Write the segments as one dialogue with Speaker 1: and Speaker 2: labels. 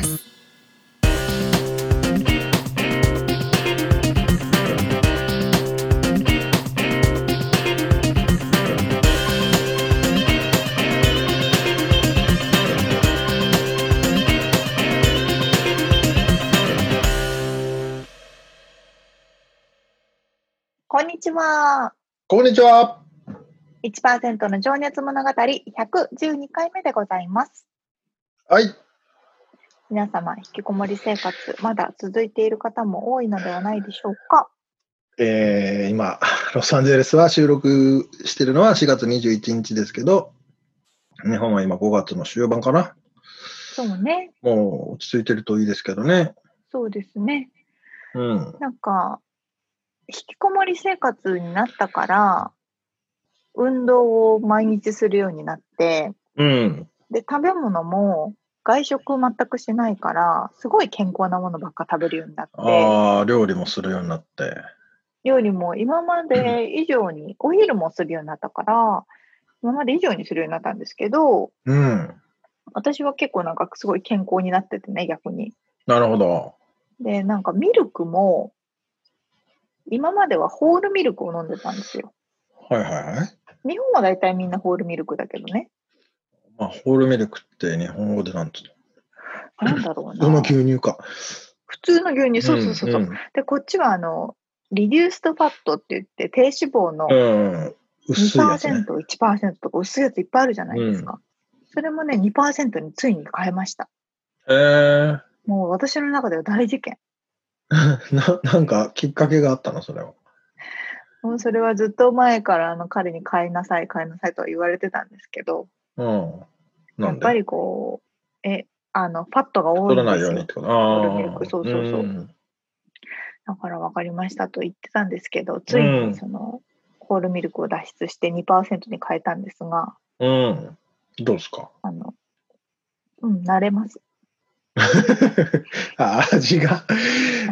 Speaker 1: す
Speaker 2: こんにちは。
Speaker 3: こんにちは。
Speaker 2: 1%の情熱物語112回目でございます。
Speaker 3: はい。
Speaker 2: 皆様、引きこもり生活、まだ続いている方も多いのではないでしょうか。
Speaker 3: えー、今、 ロサンゼルスは収録してるのは4月21日ですけど、日本は今5月の終盤かな。
Speaker 2: そうね。
Speaker 3: もう落ち着いてるといいですけどね。
Speaker 2: そうですね。
Speaker 3: うん。
Speaker 2: なんか、引きこもり生活になったから、運動を毎日するようになって、
Speaker 3: うん。
Speaker 2: で、食べ物も外食を全くしないから、すごい健康なものばっか食べるようになって、
Speaker 3: ああ、料理もするようになって。
Speaker 2: 料理も今ま で以上に、お昼もするようになったから、今まで以上にするようになったんですけど、
Speaker 3: うん。
Speaker 2: 私は結構なんかすごい健康になっててね、逆に。
Speaker 3: なるほど。
Speaker 2: で、なんかミルクも、今まではホールミルクを飲んでたんですよ。
Speaker 3: はいはいはい。
Speaker 2: 日本は大体みんなホールミルクだけどね。
Speaker 3: まあ、ホールミルクって日本語でなんつう
Speaker 2: なんだろう
Speaker 3: のどの
Speaker 2: な。
Speaker 3: 牛乳か。
Speaker 2: 普通の牛乳、そうそうそうそう、
Speaker 3: んん
Speaker 2: で、こっちはあの、リデューストファットって言って、低脂肪の
Speaker 3: うん。薄いやつね
Speaker 2: 2%、。1%とか薄いやついっぱいあるじゃないですか。それもね、2%についに変えました。
Speaker 3: えー、
Speaker 2: もう私の中では大事件。
Speaker 3: ななんかきっかけがあったの、それは。
Speaker 2: もうそれはずっと前からあの彼に買いなさい、買いなさいとは言われてたんですけど、
Speaker 3: うん。
Speaker 2: や
Speaker 3: な
Speaker 2: っ
Speaker 3: んで
Speaker 2: ぱりこう、え、あの、ファットが多い
Speaker 3: 取ら
Speaker 2: ん
Speaker 3: ない
Speaker 2: です
Speaker 3: ようにっ
Speaker 2: よ。
Speaker 3: てことあ
Speaker 2: 取るミルクそうそうそうだから分かりましたと言ってたんですけど、ついうに
Speaker 3: ん
Speaker 2: その、ホールミルクを脱出して2%に変えたんですが、
Speaker 3: う。うん。どうですか
Speaker 2: あの、うん、慣れます。
Speaker 3: あ味が。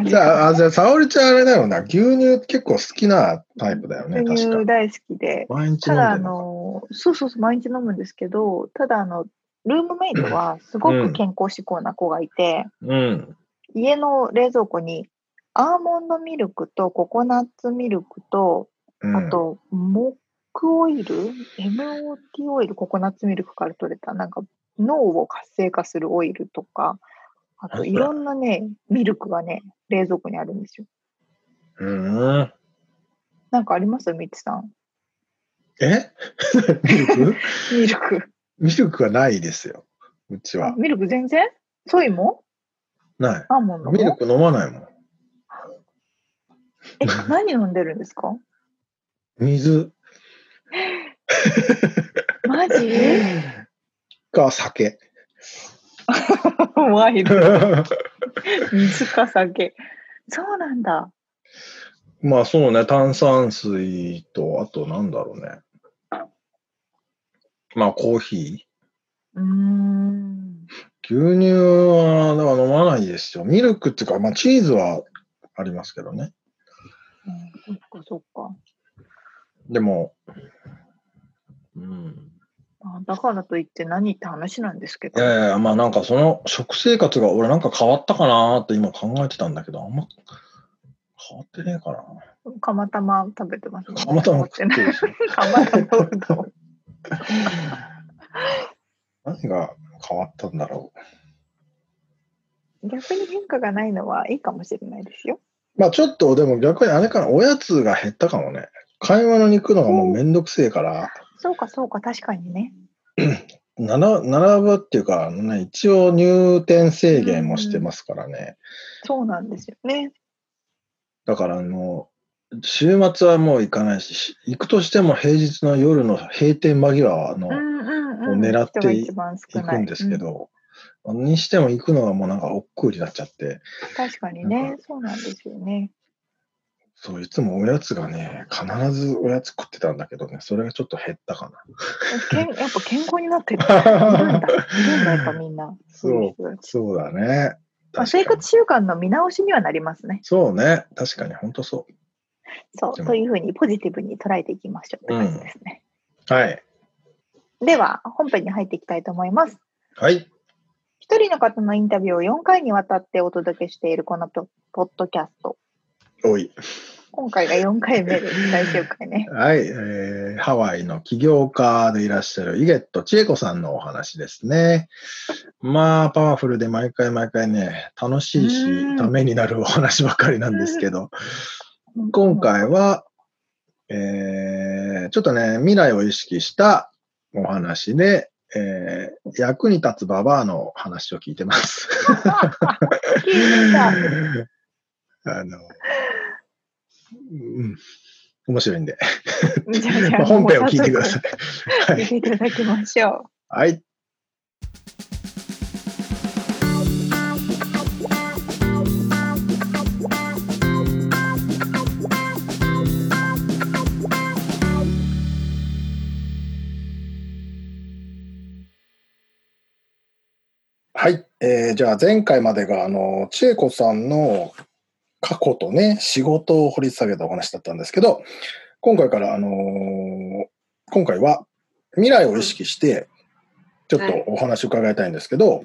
Speaker 2: 味
Speaker 3: じゃあ、あじゃあ、沙織ちゃんあれだよな。牛乳結構好きなタイプだよね、
Speaker 2: 牛乳
Speaker 3: 確か。
Speaker 2: 大好きで、
Speaker 3: 毎日飲
Speaker 2: ただ
Speaker 3: んで
Speaker 2: あ
Speaker 3: るの
Speaker 2: の、そうそうそう、毎日飲むんですけど、ただあの、ルームメイトはすごく健康志向な子がいて、
Speaker 3: か。うん。
Speaker 2: 家の冷蔵庫にアーモンドミルクとココナッツミルクと、
Speaker 3: うん
Speaker 2: あと、モックオイル、MOT オイル、ココナッツミルクから取れた、なんか脳を活性化するオイルとか、あ
Speaker 3: あそ
Speaker 2: と
Speaker 3: れ
Speaker 2: いろんなね、ミルクがね、冷蔵庫にあるんですよ。
Speaker 3: うん。
Speaker 2: なんかありますみちさん。
Speaker 3: え ミルク
Speaker 2: ミルク。
Speaker 3: ミルクはないですよ。うちは。
Speaker 2: ミルク全然ソイも
Speaker 3: ない。
Speaker 2: アーモンド
Speaker 3: ミル
Speaker 2: も
Speaker 3: ク飲まないもん。
Speaker 2: え、何飲んでるんですか
Speaker 3: 水
Speaker 2: マ ジ
Speaker 3: か 酒。
Speaker 2: ワイルド。水か酒。そうなんだ。
Speaker 3: まあそうね、炭酸水と、あとなんだろうね。まあコーヒ
Speaker 2: うーん。
Speaker 3: ー。牛乳は、だから飲まないですよ。ミルクっていうか、まあチーズはありますけどね。
Speaker 2: うんそっかそっか。
Speaker 3: でも、うん。
Speaker 2: まあだからといって何って話なんですけ
Speaker 3: い
Speaker 2: ど。
Speaker 3: やいや、まあなんかその食生活が俺なんか変わったかなーって今考えてたんだけど、あんま変わってねえかな。
Speaker 2: 釜玉食べてます、ね。
Speaker 3: たまたま食
Speaker 2: っ
Speaker 3: って
Speaker 2: て
Speaker 3: るし。
Speaker 2: 釜玉うどん。
Speaker 3: 何が変わったんだろう。
Speaker 2: 逆に変化がないのはいいかもしれないですよ。
Speaker 3: まあちょっとでも逆にあれかな、おやつが減ったかもね。買い物に行くのがもうめんどくせえから。
Speaker 2: そうかそうか、確かにね。
Speaker 3: 並並ぶっていうか、ね、一応入店制限もしてますからね。
Speaker 2: そうなんですよね。
Speaker 3: だから、あの、週末はもう行かないしし、行くとしても平日の夜の閉店間際の
Speaker 2: うんうん
Speaker 3: を
Speaker 2: うん。
Speaker 3: 狙って
Speaker 2: 人が一番少
Speaker 3: 行
Speaker 2: ない
Speaker 3: くんですけど、にしても行くのがもうなんか億劫になっちゃって、
Speaker 2: 確かに
Speaker 3: なん
Speaker 2: ね
Speaker 3: か、
Speaker 2: そうなんですよね。
Speaker 3: そう、いつもおやつがね、必ずおやつ食ってたんだけどね、それがちょっと減ったかな。
Speaker 2: けんやっぱ健康になってる。いるんだ、いるんだやっぱみんな。
Speaker 3: そう
Speaker 2: いう人たち
Speaker 3: そうだね。
Speaker 2: まあ、
Speaker 3: 確かに
Speaker 2: 生活習慣の見直しにはなりますね。
Speaker 3: そうね。確かに、本当そ
Speaker 2: そう、
Speaker 3: でも
Speaker 2: というふうにポジティブに捉えていきましょうって感じですね。
Speaker 3: う。はい。
Speaker 2: では、本編に入っていきたいと思います。
Speaker 3: はい。
Speaker 2: 一人の方のインタビューを4回にわたってお届けしているこのポポッドキャスト。
Speaker 3: おい。
Speaker 2: 今回が4回目です。最終回ね。
Speaker 3: はい、えーハワイの起業家でいらっしゃるイゲット千恵子さんのお話ですね。まあ、パワフルで毎回毎回ね、楽しい
Speaker 2: うん
Speaker 3: し、ためになるお話ばかりなんですけど、今回は、えーちょっとね、未来を意識したお話で、えー役に立つババアの話を聞いてます。
Speaker 2: 聞い た。
Speaker 3: あの、うん、面白いんで、
Speaker 2: じゃあじゃあ
Speaker 3: 本編を聞いてくださ
Speaker 2: も
Speaker 3: い。
Speaker 2: う早
Speaker 3: は
Speaker 2: 速
Speaker 3: い
Speaker 2: 聞いていただきましょ
Speaker 3: はい。はい、えーじゃあ前回までがあの千恵子さんの過去とね仕事を掘り下げたお話だったんですけど今回からあのー今回は未来を意識してちょっとお話を伺いたいんですけど、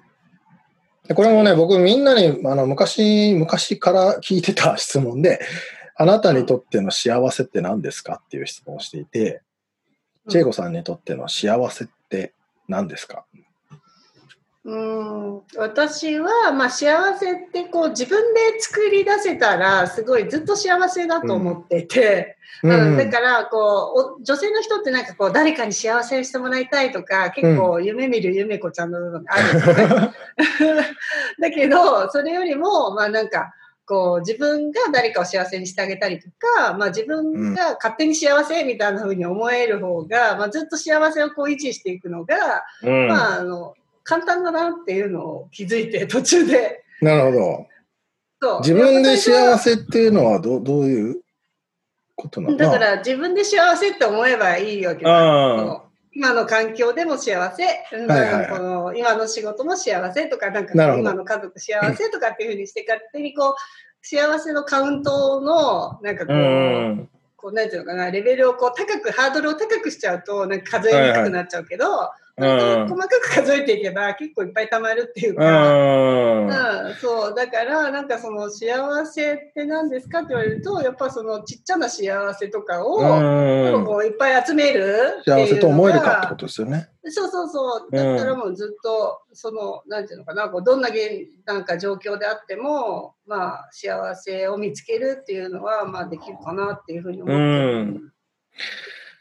Speaker 3: でこれもね僕みんなにあの昔昔から聞いてた質問であなたにとっての幸せって何ですかっていう質問をしていて、
Speaker 4: うん
Speaker 3: 千恵子さんにとっての幸せって何ですか
Speaker 4: うん私は、まあ、幸せってこう自分で作り出せたらすごいずっと幸せだと思ってて、うんだ からこうお女性の人ってなんかこう誰かに幸せにしてもらいたいとか結構夢見る夢子ちゃんの部分があるんですよね。 だけどそれよりもまあなんかこう自分が誰かを幸せにしてあげたりとか、まあ、自分が勝手に幸せみたいな風に思える方が、まあ、ずっと幸せをこう維持していくのが、
Speaker 3: うん
Speaker 4: まあ、あの簡単だなっていうのを気づいて途中で。
Speaker 3: なるほど。
Speaker 4: そう
Speaker 3: 自分で幸
Speaker 4: い
Speaker 3: せっていうのはどどういうことな
Speaker 4: や
Speaker 3: の
Speaker 4: だから自分で幸せって思えばいいわけです
Speaker 3: ああ
Speaker 4: 今の環境でも幸せ、うん
Speaker 3: はいはいはい
Speaker 4: この今の仕事も幸せとか、なんか
Speaker 3: なるほど
Speaker 4: 今の家族幸せとかっていうふうにして、勝手にこう、幸せのカウントの、なんかこう、
Speaker 3: うん
Speaker 4: こうなんていうのかな、レベルをこう高く、ハードルを高くしちゃうと、なんか数えにくくなっちゃうけど、
Speaker 3: う
Speaker 4: 本
Speaker 3: ん
Speaker 4: 当に細かく数えていけば結構いっぱい溜まるっていう
Speaker 3: う
Speaker 4: か、
Speaker 3: ん
Speaker 4: うん、そうだからなんかその幸せって何ですかって言われるとやっぱそのちっちゃな幸せとかを、なんかこういっぱい集めるっていうのが
Speaker 3: 幸せと思えるかってことですよね。
Speaker 4: そうそうそう。
Speaker 3: うん
Speaker 4: だったらもうずっと、その、なんていうのかな、こうどんな現なんか状況であっても、まあ、幸せを見つけるっていうのは、まあ、できるかなっていうふうに思ってる。
Speaker 3: うん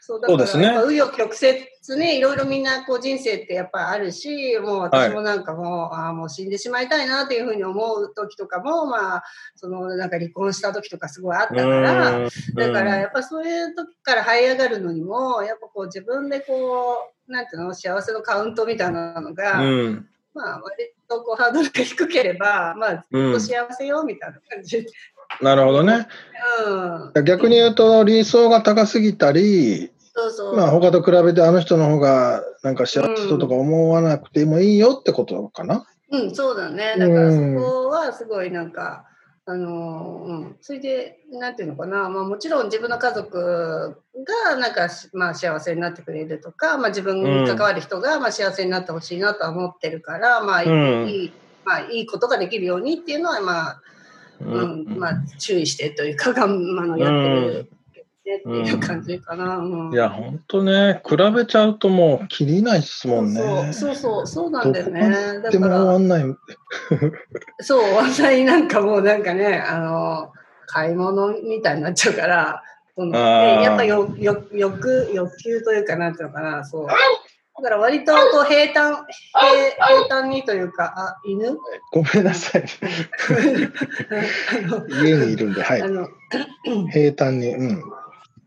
Speaker 4: そうだから
Speaker 3: そうですね
Speaker 4: やっぱ紆余曲折ね、いろいろみんなこう人生ってやっぱあるし、もう私もなんかもう、ああ、もう死んでしまいたいなっていうふうに思う時とかも、まあ、そのなんか離婚した時とかすごいあったから、だからやっぱそういう時から這い上がるのにもやっぱこう自分でこうなんていうの幸せのカウントみたいなのが、
Speaker 3: うん
Speaker 4: まあ割とこうハードルが低ければまあずっ
Speaker 3: うん
Speaker 4: と幸せよみたいな感じ、
Speaker 3: なるほどね。
Speaker 4: うん、
Speaker 3: 逆に言うと理想が高すぎたり、
Speaker 4: そうそう、
Speaker 3: まあ他と比べてあの人の方がなんか幸せとか思わなくてもいいよってことかな。
Speaker 4: うんそうだね
Speaker 3: うん
Speaker 4: だからそこはすごいなんか、あのーうん、それでなんていうのかな、まあ、もちろん自分の家族がなんかし、まあ、幸せになってくれるとか、まあ、自分に関わる人がまあ幸せになってほしいなとは思ってるから、まあ、
Speaker 3: うん
Speaker 4: いい、まあ、いいことができるようにっていうのは、まあ、うん、まあ、注意してというか、がん、あの、やってる。ねっていう感じかな。うん
Speaker 3: いや本当ね比べちゃうともう切りないですもんね。
Speaker 4: そうそう、そうそう、そうなんだよ
Speaker 3: どこ
Speaker 4: ね。だ
Speaker 3: でも
Speaker 4: か
Speaker 3: 終わ
Speaker 4: ら、
Speaker 3: んない。
Speaker 4: そう、話題なんかもう、なんかね、あの、買い物みたいになっちゃうから。そのね
Speaker 3: あー
Speaker 4: やっぱよ、よ、欲、欲求というか、なんていうのかな、そう。だから、割と、こう、平坦、平、平坦にというか、あ、犬。
Speaker 3: ごめんなさい。
Speaker 4: あの
Speaker 3: 家にいるんで、はい
Speaker 4: あ。の
Speaker 3: 平坦に。うん。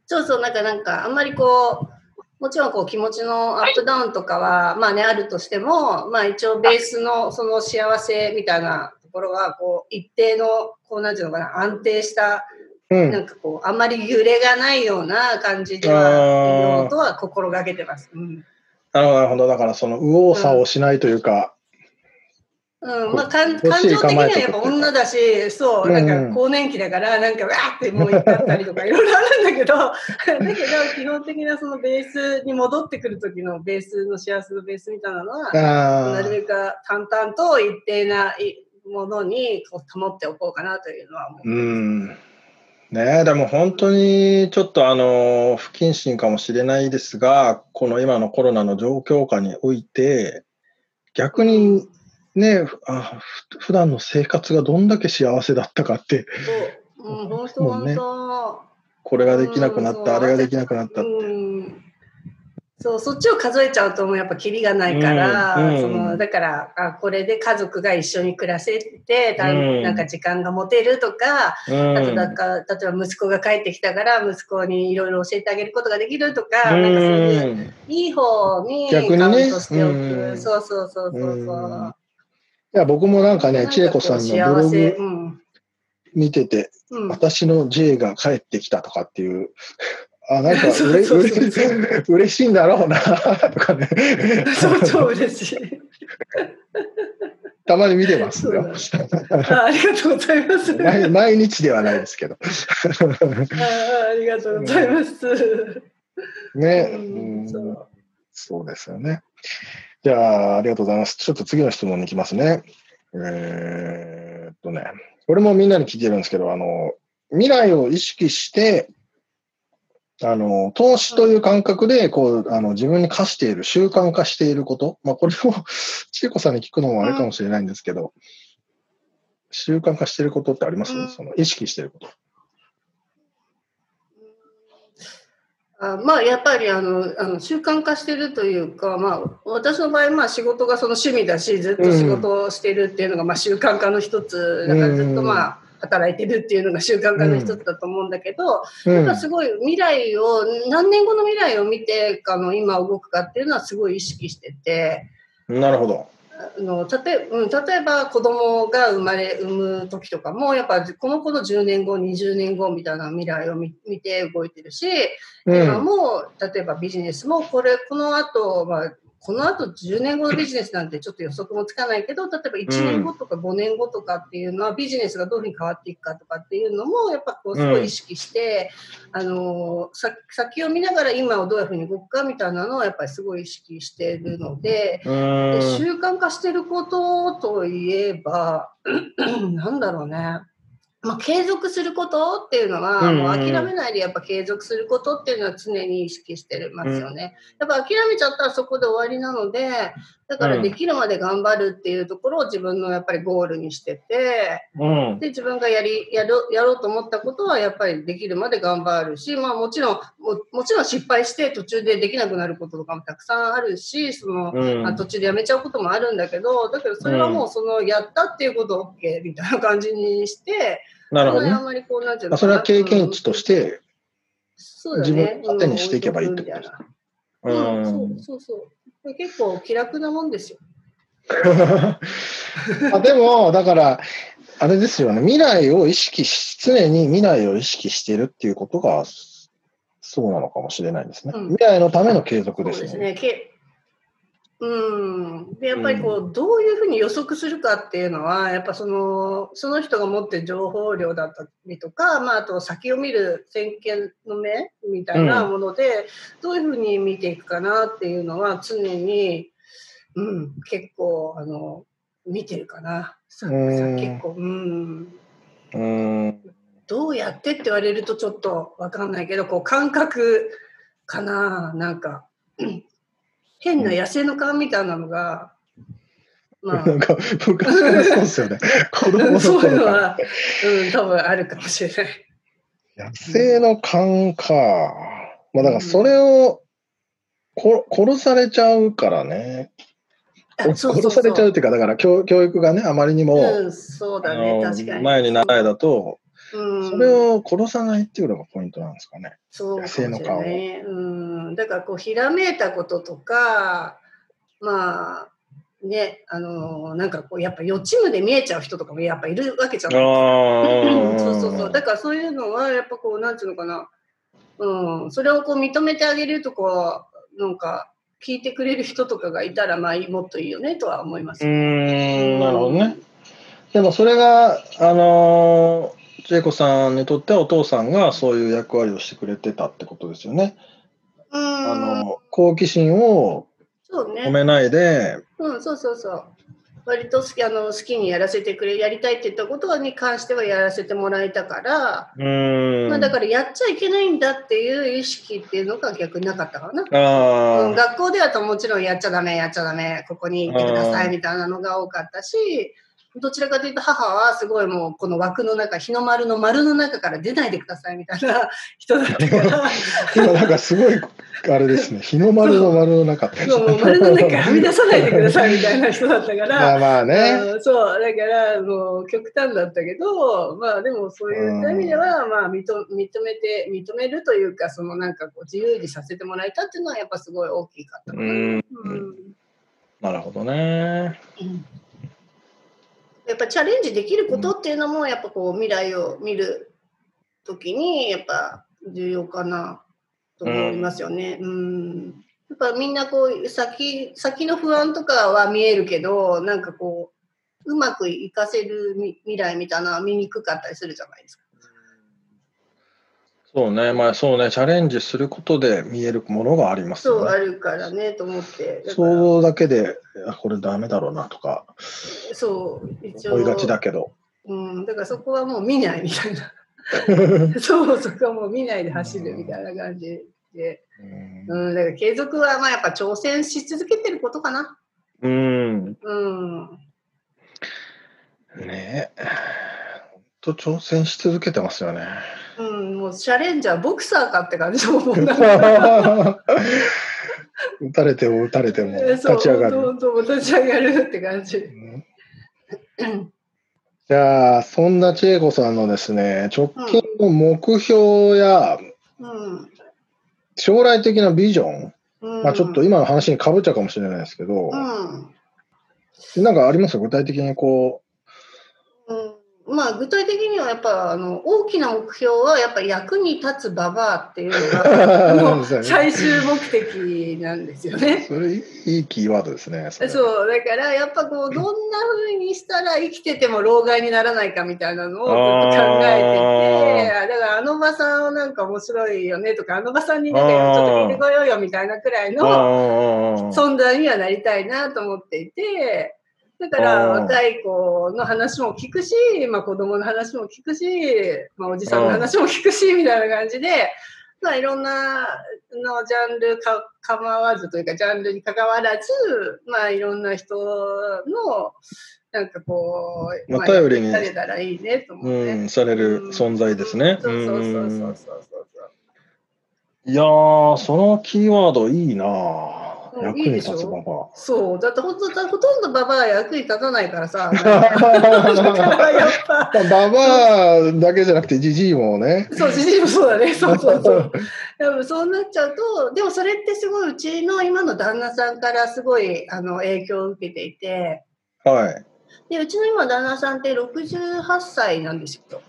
Speaker 4: そうそう、なんか、なんか、あんまりこう、もちろんこう気持ちのアップダウンとかは、まあね、あるとしても、まあ一応ベースのその幸せみたいなところは、こう一定の、こうなんていうのかな、安定した、
Speaker 3: うん。
Speaker 4: なんかこう、あんまり揺れがないような感じでは、やろうとは心がけてます。うん。
Speaker 3: なるほどなるほど。だから、その、右往左往しないというか、
Speaker 4: うん、
Speaker 3: こ
Speaker 4: まあ、感
Speaker 3: どっ
Speaker 4: 感
Speaker 3: しり
Speaker 4: 情的に
Speaker 3: 構
Speaker 4: は
Speaker 3: えて
Speaker 4: やっぱ女だし、そう、
Speaker 3: う
Speaker 4: なんんか更年期だから、なんかわーってもう言ったったりとかいろいろあるんだけど、 だけど基本的なそのベースに戻ってくる時のベースの幸せのベースみたいなのは、
Speaker 3: あ
Speaker 4: な
Speaker 3: あ
Speaker 4: るべく淡々と一定ないものにこう保っておこうかなというのは思う。
Speaker 3: うん。ねえ、でも本当にちょっとあの、不謹慎かもしれないですが、この今のコロナの状況下において、逆にね、ふあふ普段の生活がどんだけ幸せだったかって、
Speaker 4: そううん、本当
Speaker 3: もうね
Speaker 4: 本当。
Speaker 3: これができなくなった、あれができなくなったって。
Speaker 4: うんそうそっちを数えちゃうともうやっぱキリがないから、
Speaker 3: うんうん
Speaker 4: そのだからあこれで家族が一緒に暮らせてた
Speaker 3: うん
Speaker 4: なんか時間が持てるとか、あとだ
Speaker 3: う。
Speaker 4: か例えば息子が帰ってきたから息子にいろいろ教えてあげることができるとか,、なんかそういうんいい方にカ
Speaker 3: 逆にね
Speaker 4: ウントしておく、
Speaker 3: うん
Speaker 4: そうそうそうそうそ
Speaker 3: う
Speaker 4: う。
Speaker 3: んいや、僕もなんかね、千恵子さんのブロ
Speaker 4: 幸せ、
Speaker 3: グ
Speaker 4: うん
Speaker 3: 見てて、
Speaker 4: うん、
Speaker 3: 私の J が帰ってきたとかっていう、あ、なんかうれ
Speaker 4: そうそうそう
Speaker 3: うれ嬉しいんだろうな、とかね、
Speaker 4: そうそう嬉し い。
Speaker 3: たまに見てますよ。
Speaker 4: あありがとうございます。
Speaker 3: 毎毎日ではないですけど。
Speaker 4: ああありがとうございます。
Speaker 3: ね、
Speaker 4: う
Speaker 3: うんん
Speaker 4: そう
Speaker 3: そうですよね。じゃあ、ありがとうございます。ちょっと次の質問に行きますね。えーっとね、これもみんなに聞いてるんですけど、あの、未来を意識して、あの、投資という感覚で、こう、あの、自分に課している、習慣化していること。まあ、これを、 千恵子さんに聞くのもあれかもしれないんですけど、習慣化していることってあります、
Speaker 4: うん
Speaker 3: その、意識していること。
Speaker 4: あまあやっぱりあのあの習慣化してるというか、まあ、私の場合、まあ、仕事がその趣味だしずっと仕事をしてるっていうのが、まあ、習慣化の一つだからずっとまあ働いてるっていうのが 習慣化の一つだと思うんだけど、
Speaker 3: う
Speaker 4: やっ
Speaker 3: ん
Speaker 4: ぱすごい未来を何年後の未来を見てあの今動くかっていうのはすごい意識してて。
Speaker 3: なるほど。
Speaker 4: あの例えうん、例えば子供が生まれ産む時とかもやっぱこの子の10年後20年後みたいな未来を見見て動いてるし、今も例えばビジネスもこれこの後はこの後10年後のビジネスなんてちょっと予測もつかないけど例えば1年後とか5年後とかっていうのはビジネスがどういうふうに変わっていくかとかっていうのもやっぱこうすごい意識して、あのさ先を見ながら今をどういうふうに動くかみたいなのはやっぱりすごい意識しているので。
Speaker 3: うん。
Speaker 4: で習慣化してることといえば なんだろうね、まあ、継続することっていうのは、
Speaker 3: うんうん
Speaker 4: もう諦めないでやっぱ継続することっていうのは常に意識してますよね、やっぱ諦めちゃったらそこで終わりなのでだか
Speaker 3: う
Speaker 4: ら
Speaker 3: ん
Speaker 4: できるまで頑張るっていうところを自分のやっぱりゴールにしてて
Speaker 3: うん。
Speaker 4: で自分がやりやろやろうと思ったことはやっぱりできるまで頑張るし、まあ、もちろんももちろん失敗して途中でできなくなることとかもたくさんあるしその、
Speaker 3: うん
Speaker 4: あ途中でやめちゃうこともあるんだけどだけどそれはもうそのやったっていうことを OK みたいな感じにして、
Speaker 3: なるほど
Speaker 4: そん
Speaker 3: ね
Speaker 4: なにあん。まりこうなんていう
Speaker 3: ま
Speaker 4: の
Speaker 3: あそれは経験値としてて、
Speaker 4: そうだ
Speaker 3: 自
Speaker 4: ね
Speaker 3: 分勝手にしていけばいいってこと
Speaker 4: うん
Speaker 3: です
Speaker 4: 置とく
Speaker 3: う
Speaker 4: みたいな、うん
Speaker 3: ん。
Speaker 4: そうそうそう結構気楽なもんですよ。
Speaker 3: あでも、だから、あれですよね、未来を意識し、常に未来を意識しているっていうことが、そうなのかもしれないですね。
Speaker 4: うん
Speaker 3: 未来のための継続
Speaker 4: そう
Speaker 3: で
Speaker 4: ですす
Speaker 3: ね。
Speaker 4: ね。けうん、でやっぱりこう、どういうふうに予測するかっていうのはやっぱそのその人が持ってる情報量だったりとか、まあ、あと先を見る先見の目みたいなもので、どういうふうに見ていくかなっていうのは常に、うん、結構あの見てるかなささ
Speaker 3: うん
Speaker 4: 結構、うん、
Speaker 3: うん。
Speaker 4: どうやってって言われるとちょっとわかんないけどこう感覚かななんかうん変な野生の勘みたいなのが、ま
Speaker 3: なんか、昔から そうです よね。子供
Speaker 4: あ
Speaker 3: の
Speaker 4: そうい
Speaker 3: 頃
Speaker 4: うの
Speaker 3: から。
Speaker 4: は、うん、多分あるかもしれない。
Speaker 3: 野生の勘か。まあ、だからそれを、こ殺されちゃうからね。
Speaker 4: あそうそうそう
Speaker 3: 殺されちゃうっていうか、だから教教育がね、あまりにも、
Speaker 4: うん、そうだね
Speaker 3: あの
Speaker 4: 確かに。
Speaker 3: 前に習いだと、
Speaker 4: うん、
Speaker 3: それを殺さなないっていうのがポイントなんですかね。
Speaker 4: そうかもしれないね。ううん、だからこうひらめいたこととかまあねあのーなんかこうやっぱ予知夢で見えちゃう人とかもやっぱいるわけじゃないうんそうそうそう。だからそういうのは、やっぱこう、なんていうのかな。うん。それをこう認めてあげるとか、なんか、聞いてくれる人とかがいたら、まあ、もっといいよねとは思います。
Speaker 3: うーんなるほどね。でもそれが、あのー、千恵子さんにとってはお父さんがそういう役割をしてくれてたってことですよね。
Speaker 4: う
Speaker 3: あ
Speaker 4: ん。
Speaker 3: の好奇心を
Speaker 4: そう
Speaker 3: 止
Speaker 4: ね。
Speaker 3: めないで、
Speaker 4: うん、そうそうそう。割と好きあの好きにやらせてくれやりたいって言ったことに関してはやらせてもらえたから、
Speaker 3: うーん。
Speaker 4: まあ、だからやっちゃいけないんだっていう意識っていうのが逆になかったかな。
Speaker 3: あ
Speaker 4: う
Speaker 3: あ
Speaker 4: ん、学校ではともちろんやっちゃダメやっちゃダメここに行ってくださいみたいなのが多かったしどちらかというと母はすごいもうこの枠の中日の丸の丸の中から出ないでくださいみたいな人だった から
Speaker 3: 今なんかすごい、あれですね、日の丸の丸の中って。
Speaker 4: もう丸の中からはみ出さないでくださいみたいな人だったか
Speaker 3: まあ
Speaker 4: ら。
Speaker 3: まあね。
Speaker 4: うんそうだからもう極端だったけどまあでもそういう意味ではまあ認認めて認めるというかそのなんかこう自由にさせてもらえたっていうのはやっぱすごい大きかったか
Speaker 3: う
Speaker 4: な。
Speaker 3: ん。
Speaker 4: うん
Speaker 3: なるほどね。
Speaker 4: やっぱチャレンジできることっていうのもやっぱこう未来を見る時にやっぱ重要かなと思いますよね。うんやっぱみんなこう先先の不安とかは見えるけどなんかこううまくいかせるみ未来みたいなのは見にくかったりするじゃないですか。
Speaker 3: そうね、まあそうね、チャレンジすることで見えるものがあります
Speaker 4: そう
Speaker 3: よ
Speaker 4: あ
Speaker 3: ね。
Speaker 4: るからねと思ってだから
Speaker 3: 想像だけで、あこれダメだろうなとか
Speaker 4: そう一応
Speaker 3: 思いがちだけど。
Speaker 4: うん、だからそこはもう見ないみた いなそうそこはもう見ないで走るみたいな感じで。
Speaker 3: うん
Speaker 4: うん、だから継続はまあやっぱ挑戦し続けてることかな。
Speaker 3: うん。
Speaker 4: うん。
Speaker 3: ねえ。ほんと挑戦し続けてますよね。
Speaker 4: うん、もうチャレンジャー、ボクサーかって感じだもんな。
Speaker 3: 打たれても打たれても立
Speaker 4: そう、
Speaker 3: ち上がる。
Speaker 4: 本当本当立ち上がるって感じ。
Speaker 3: うん
Speaker 4: うん
Speaker 3: じゃあ、そんな千恵子さんのですね、直近の目標や
Speaker 4: うん。
Speaker 3: 将来的なビジョン、
Speaker 4: うん
Speaker 3: まあちょっと今の話にかぶっちゃうかもしれないですけど、
Speaker 4: うん。
Speaker 3: なんかあります具体的にこ
Speaker 4: うん、まあ具体的にはやっぱあの大きな目標はやっぱ役に立つババアっていうの がもう最終目的なんですよ
Speaker 3: う、
Speaker 4: ね。
Speaker 3: それいいキーワードですね。それ
Speaker 4: そうだからやっぱこうどんな風にしたら生きてても老害にならないかみたいなのをずっと考えててだからあの場さんはなんか面白いよねとかあの場さんになんかちょっと聞いてこようよみたいなくらいの
Speaker 3: あー
Speaker 4: 存在にはなりたいなと思っていてだか
Speaker 3: あ
Speaker 4: ら
Speaker 3: ー
Speaker 4: 若い子の話も聞くし、まあ、子供の話も聞くし、まあ、おじさんの話も聞くしみたいな感じで。まあ、いろんなのジャンルか構わずというかジャンルに関わらず、まあ、いろんな人のなんかこう、
Speaker 3: まあ
Speaker 4: まあ
Speaker 3: 頼りに
Speaker 4: やっていかれたらいいねと思って、
Speaker 3: うん、される存在ですね。
Speaker 4: そうそうそうそ
Speaker 3: う
Speaker 4: う
Speaker 3: ん
Speaker 4: そうそうそう
Speaker 3: いやー、そのキーワードいいなあ
Speaker 4: うん
Speaker 3: 役
Speaker 4: いい
Speaker 3: に
Speaker 4: でしょ
Speaker 3: 立つまま。
Speaker 4: そうだってほんとだほとんどババア役に立たないか らさだからや
Speaker 3: バ
Speaker 4: っぱ
Speaker 3: バアだけじゃなくてジジイもね。
Speaker 4: そうじじいもそうだねそうそう そうでもそうなっちゃうとでもそれってすごいうちの今の旦那さんからすごいあの影響を受けていて。
Speaker 3: はい。
Speaker 4: でうちの今旦那さんって68歳なんですよ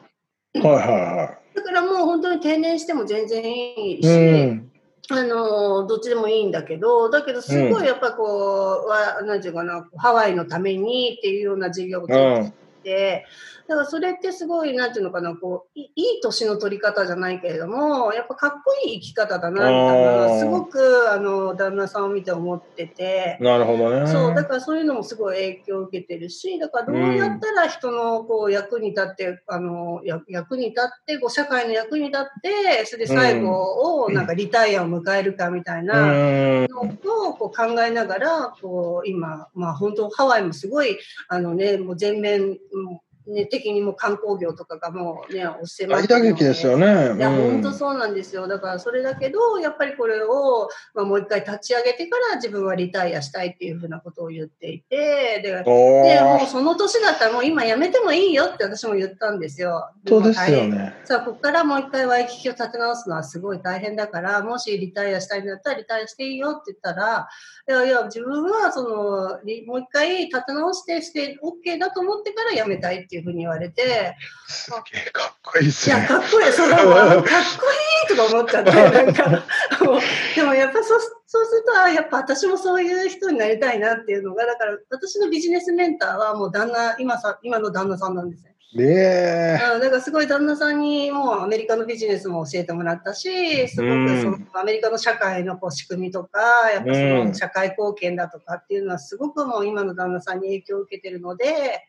Speaker 3: はいは
Speaker 4: だからもう本当に定年しても全然いい
Speaker 3: い
Speaker 4: し、
Speaker 3: はい。うん。
Speaker 4: あのどっちでもいいんだけどだけどすごいやっぱこう、はなんていうかなハワイのためにっていうような事業を
Speaker 3: う
Speaker 4: 作
Speaker 3: ん。
Speaker 4: って、だからそれってすごいなんていうのかなこういいい年の取り方じゃないけれどもやっぱかっこいい生き方だなみた
Speaker 3: あ
Speaker 4: い
Speaker 3: ー
Speaker 4: なすごくあの旦那さんを見て思ってて。
Speaker 3: なるほどね。
Speaker 4: そうだからそういうのもすごい影響を受けてるしだからどうやったら人のこう役に立ってあのや役に立ってこう社会の役に立ってそれで最後をなんかリタイアを迎えるかみたいな
Speaker 3: うん。
Speaker 4: のをこう考えながらこう今、まあ、本当ハワイもすごいあの、ね、もう全面うんね、的にもう観光業とかがもうね、おせま
Speaker 3: 大打撃ですよね。
Speaker 4: いや、
Speaker 3: うん
Speaker 4: 本当そうなんですよ。だからそれだけど、やっぱりこれを、まあ、もう一回立ち上げてから自分はリタイアしたいっていうふうなことを言っていて、で、
Speaker 3: お
Speaker 4: でもう
Speaker 3: ー
Speaker 4: その年だったらもう今やめてもいいよって私も言ったんですよ。
Speaker 3: 本当です
Speaker 4: もう
Speaker 3: よ
Speaker 4: 大変。
Speaker 3: ね。
Speaker 4: さあ、ここからもう一回ワイキキを立て直すのはすごい大変だから、もしリタイアしたいんだったらリタイアしていいよって言ったら、いやいや、自分はその、リもう一回立て直してして、OK だと思ってからやめたいっていうふうに言われて、
Speaker 3: すげえかっこいいです
Speaker 4: いや、
Speaker 3: ね。
Speaker 4: かっこいい、そうだもうあのかっこいいとか思っちゃって、なんか、もうでもやっぱそうそうすると、あやっぱ私もそういう人になりたいなっていうのが、だから私のビジネスメンターはもう旦那、今さ、今の旦那さんなんですね。
Speaker 3: ねえ。
Speaker 4: うん、だからすごい旦那さんにもうアメリカのビジネスも教えてもらったし、すごくそ
Speaker 3: う
Speaker 4: の
Speaker 3: ん
Speaker 4: アメリカの社会のこう仕組みとか、やっぱそ
Speaker 3: うん
Speaker 4: の社会貢献だとかっていうのはすごくもう今の旦那さんに影響を受けてるので、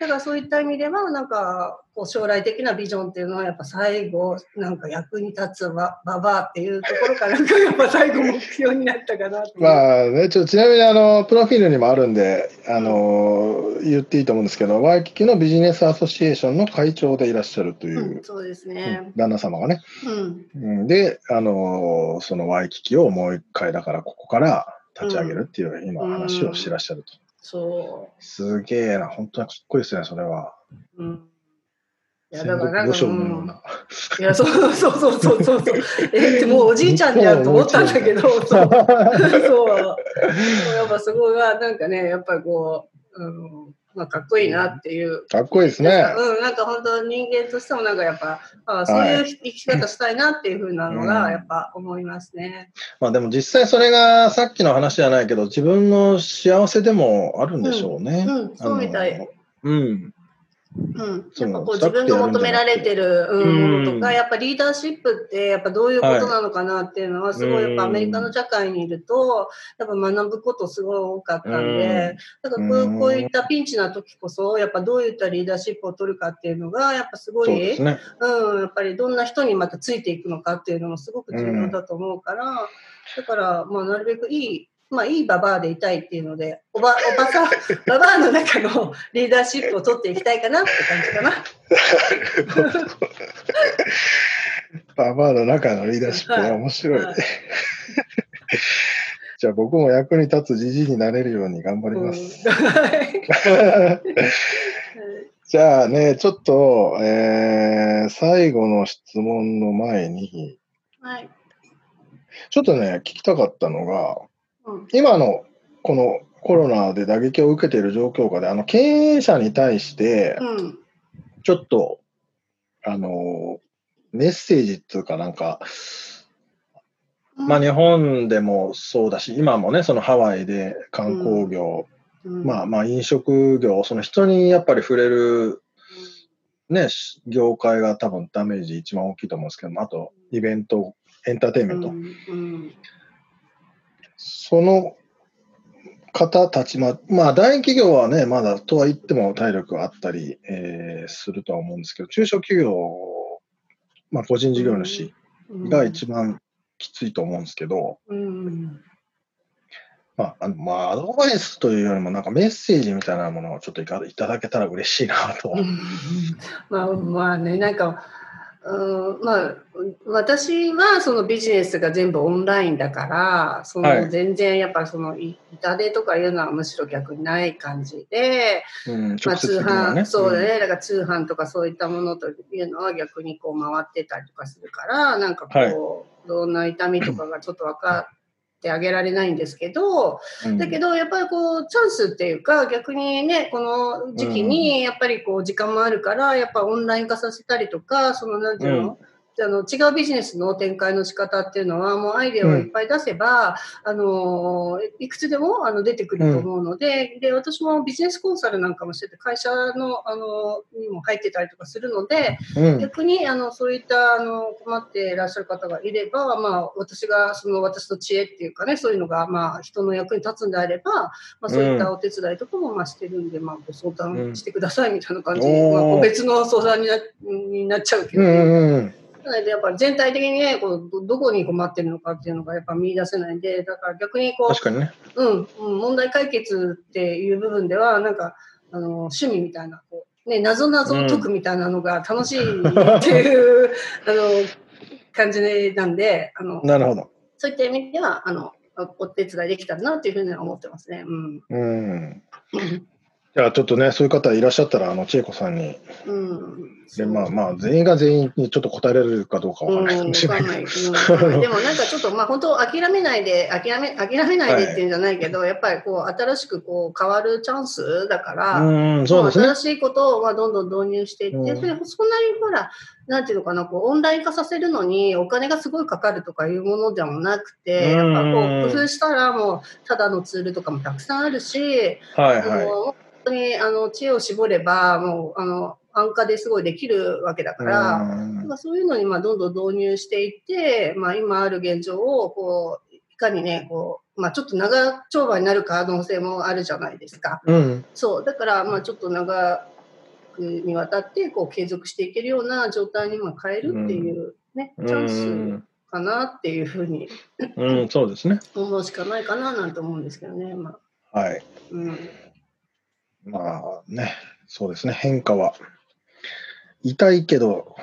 Speaker 4: だからそういった意味では、なんかこう将来的なビジョンっていうのはやっぱ最後、なんか役に立つバババアっていうところからがやっぱ最後目標になったかなっていう。
Speaker 3: まあね、ちょちなみにあのプロフィールにもあるんであの、言っていいと思うんですけどワイキキのビジネスアソシエーションの会長でいらっしゃるという、
Speaker 4: うん、そうですね。
Speaker 3: 旦那様がね、
Speaker 4: うん。
Speaker 3: うん、であのそのワイキキをもう一回だからここから立ち上げるっていう今話をしてらっしゃると、
Speaker 4: そ
Speaker 3: すげえな本当にかっこいいですねそれは
Speaker 4: う。うん。いや、
Speaker 3: 戦
Speaker 4: だからな
Speaker 3: 国武将
Speaker 4: んか、う
Speaker 3: のようんな、
Speaker 4: いや、そうそうそうそうそうそう。えってもうおじいちゃんじゃんと思ったんだけど、そ う。そう。やっぱすごいは、なんかね、やっぱりこう、うん、まあかっこいいなっていう。
Speaker 3: かっこいいですね
Speaker 4: うん、なんか本当人間としてもなんかやっぱ、あそういう生き方したいなっていうふうなの
Speaker 3: う
Speaker 4: が
Speaker 3: ん
Speaker 4: やっぱ思いますね。
Speaker 3: まあでも実際それがさっきの話じゃないけど自分の幸せでもあるんでしょうね、
Speaker 4: うん、そうみた
Speaker 3: あの
Speaker 4: い。
Speaker 3: うん
Speaker 4: うん、
Speaker 3: そ
Speaker 4: や
Speaker 3: う
Speaker 4: っぱこう自分が求められてるうんものと
Speaker 3: う
Speaker 4: か、
Speaker 3: ん
Speaker 4: やっぱリーダーシップってやっぱどういうことなのかなっていうのは、すごいやっぱアメリカの社会にいると、やっぱ学ぶことすごい多かったんで、だからこ
Speaker 3: う
Speaker 4: うんこういったピンチな時こそ、やっぱどういったリーダーシップを取るかっていうのが、やっぱすご
Speaker 3: そうで
Speaker 4: い、
Speaker 3: すね
Speaker 4: うん、やっぱりどんな人にまたついていくのかっていうのもすごく重要だと思うから、だから、まあ、なるべくいい、まあ、いいババアでいたいっていうので、おば、おばさ ん、ババアの中のリーダーシップを取っていきたいかなって感じかな。
Speaker 3: ババアの中のリーダーシップね、
Speaker 4: はい
Speaker 3: 面白い
Speaker 4: はい。
Speaker 3: じゃあ僕も役に立つじじいになれるように頑張り
Speaker 4: うん
Speaker 3: ます。
Speaker 4: はい。
Speaker 3: じゃあね、ちょっと、えー最後の質問の前に、
Speaker 4: はい。
Speaker 3: ちょっとね、聞きたかったのが、
Speaker 4: うん。
Speaker 3: 今のこのコロナで打撃を受けている状況下で、あの経営者に対して、
Speaker 4: うん。
Speaker 3: ちょっと、あの、メッセージっていうかなんか、まあ、日本でもそうだし、今もね、そのハワイで観光業、
Speaker 4: うん
Speaker 3: まあ、まあ飲食業、その人にやっぱり触れる、ね、し業界が多分ダメージ一番大きいと思うんですけども、あとイベント、エンターテイン
Speaker 4: う
Speaker 3: メン
Speaker 4: ん。
Speaker 3: ト、
Speaker 4: うん。
Speaker 3: その方たち、まあ、まあ、大企業はね、まだとは言っても体力があったり、えーするとは思うんですけど、中小企業、まあ、個人事業主
Speaker 4: うん
Speaker 3: が一番きついと思うんですけど、
Speaker 4: うん。
Speaker 3: まあ、あのまあ、アドバイスというよりも、なんかメッセージみたいなものをちょっといかいただけたら嬉しいなと。
Speaker 4: うん まあまあねなんか、うんまあ、私はそのビジネスが全部オンラインだからそ
Speaker 3: は
Speaker 4: の
Speaker 3: い
Speaker 4: 全然やっぱそのい痛手とかいうのはむしろ逆にない感じで、
Speaker 3: うん、
Speaker 4: ま
Speaker 3: 直
Speaker 4: あ、
Speaker 3: 接
Speaker 4: 通
Speaker 3: 的なね。
Speaker 4: 販そうだね、だから通販とかそういったものというのは逆にこう回ってたりとかするからなんかこう、
Speaker 3: はい
Speaker 4: どんな痛みとかがちょっと分かってあげられないんですけど、
Speaker 3: うん。
Speaker 4: だけどやっぱりこうチャンスっていうか逆にねこの時期にやっぱりこう時間もあるからやっぱオンライン化させたりとかそのなんていうの、あの違うビジネスの展開の仕方っていうのはもうアイデアをいっぱい出せば、あのいくつでもあの出てくると思うので,、で私もビジネスコンサルなんかもしてて会社のあのにも入ってたりとかするので、
Speaker 3: うん、
Speaker 4: 逆にあのそういったあの困っていらっしゃる方がいれば、まあ、私がその私の知恵っていうかねそういうのがまあ人の役に立つんであれば、まあ、そういったお手伝いとかもまあしてるんで、まあ、ご相談してくださいみたいな感じ、
Speaker 3: うん
Speaker 4: まあ、
Speaker 3: おー
Speaker 4: 個別の相談になになっちゃうけ
Speaker 3: うん
Speaker 4: ど、ね
Speaker 3: うんうん。
Speaker 4: なのでやっぱ全体的にねこうどどこに困ってるのかっていうのがやっぱ見出せないんでだから逆にこう
Speaker 3: 確かにね。
Speaker 4: うん、うん問題解決っていう部分では、なんか、あの趣味みたいな、こうね、謎謎を解くみたいなのが楽しいっていう、 あの、感じなんで、あの、
Speaker 3: なるほど。
Speaker 4: そういった意味では、あの、お手伝いできたらなというふうには思ってますね。うん。
Speaker 3: うん。じゃあちょっとね、そういう方いらっしゃったら、あの、千恵子さんに、
Speaker 4: うん。
Speaker 3: でまあまあ、全員が全員にちょっと答えられるかどうかわか
Speaker 4: うん、
Speaker 3: ん
Speaker 4: わ
Speaker 3: ない
Speaker 4: か
Speaker 3: か
Speaker 4: ん
Speaker 3: も
Speaker 4: な
Speaker 3: しれないい
Speaker 4: うん
Speaker 3: け
Speaker 4: でもなんかちょっとまあ本当諦めないで諦め諦めないでっていうんじゃないけど、やっぱりこう新しくこう変わるチャンスだから、
Speaker 3: ど。うん、そうですね
Speaker 4: 新。しいことをまあどんどん導入していって、
Speaker 3: うん
Speaker 4: それそんなにほらなんていうのかなこうオンライン化させるのにお金がすごいかかるとかいうものでもなくて、
Speaker 3: うん
Speaker 4: やっぱこう工夫したらもうただのツールとかもたくさんあるし、
Speaker 3: はい
Speaker 4: あ
Speaker 3: は
Speaker 4: の本当にあの知恵を絞ればもうあの安価ですごいできるわけだから。
Speaker 3: い。うん
Speaker 4: まあ、そういうのにまあどんどん導入していって、まあ、今ある現状をこういかにねこう、まあ、ちょっと長丁場になる可能性もあるじゃないですか。
Speaker 3: うん。
Speaker 4: そうだからまあちょっと長くにわたってこう継続していけるような状態にまあ変えるっていう、ね
Speaker 3: う
Speaker 4: チャンス
Speaker 3: ん。
Speaker 4: かなっていうふうに
Speaker 3: うん、そうですね。
Speaker 4: 思うしかないかななんて思うんですけどね。まあ
Speaker 3: はい。
Speaker 4: うん
Speaker 3: まあね、そうですね。変化は、痛いけど、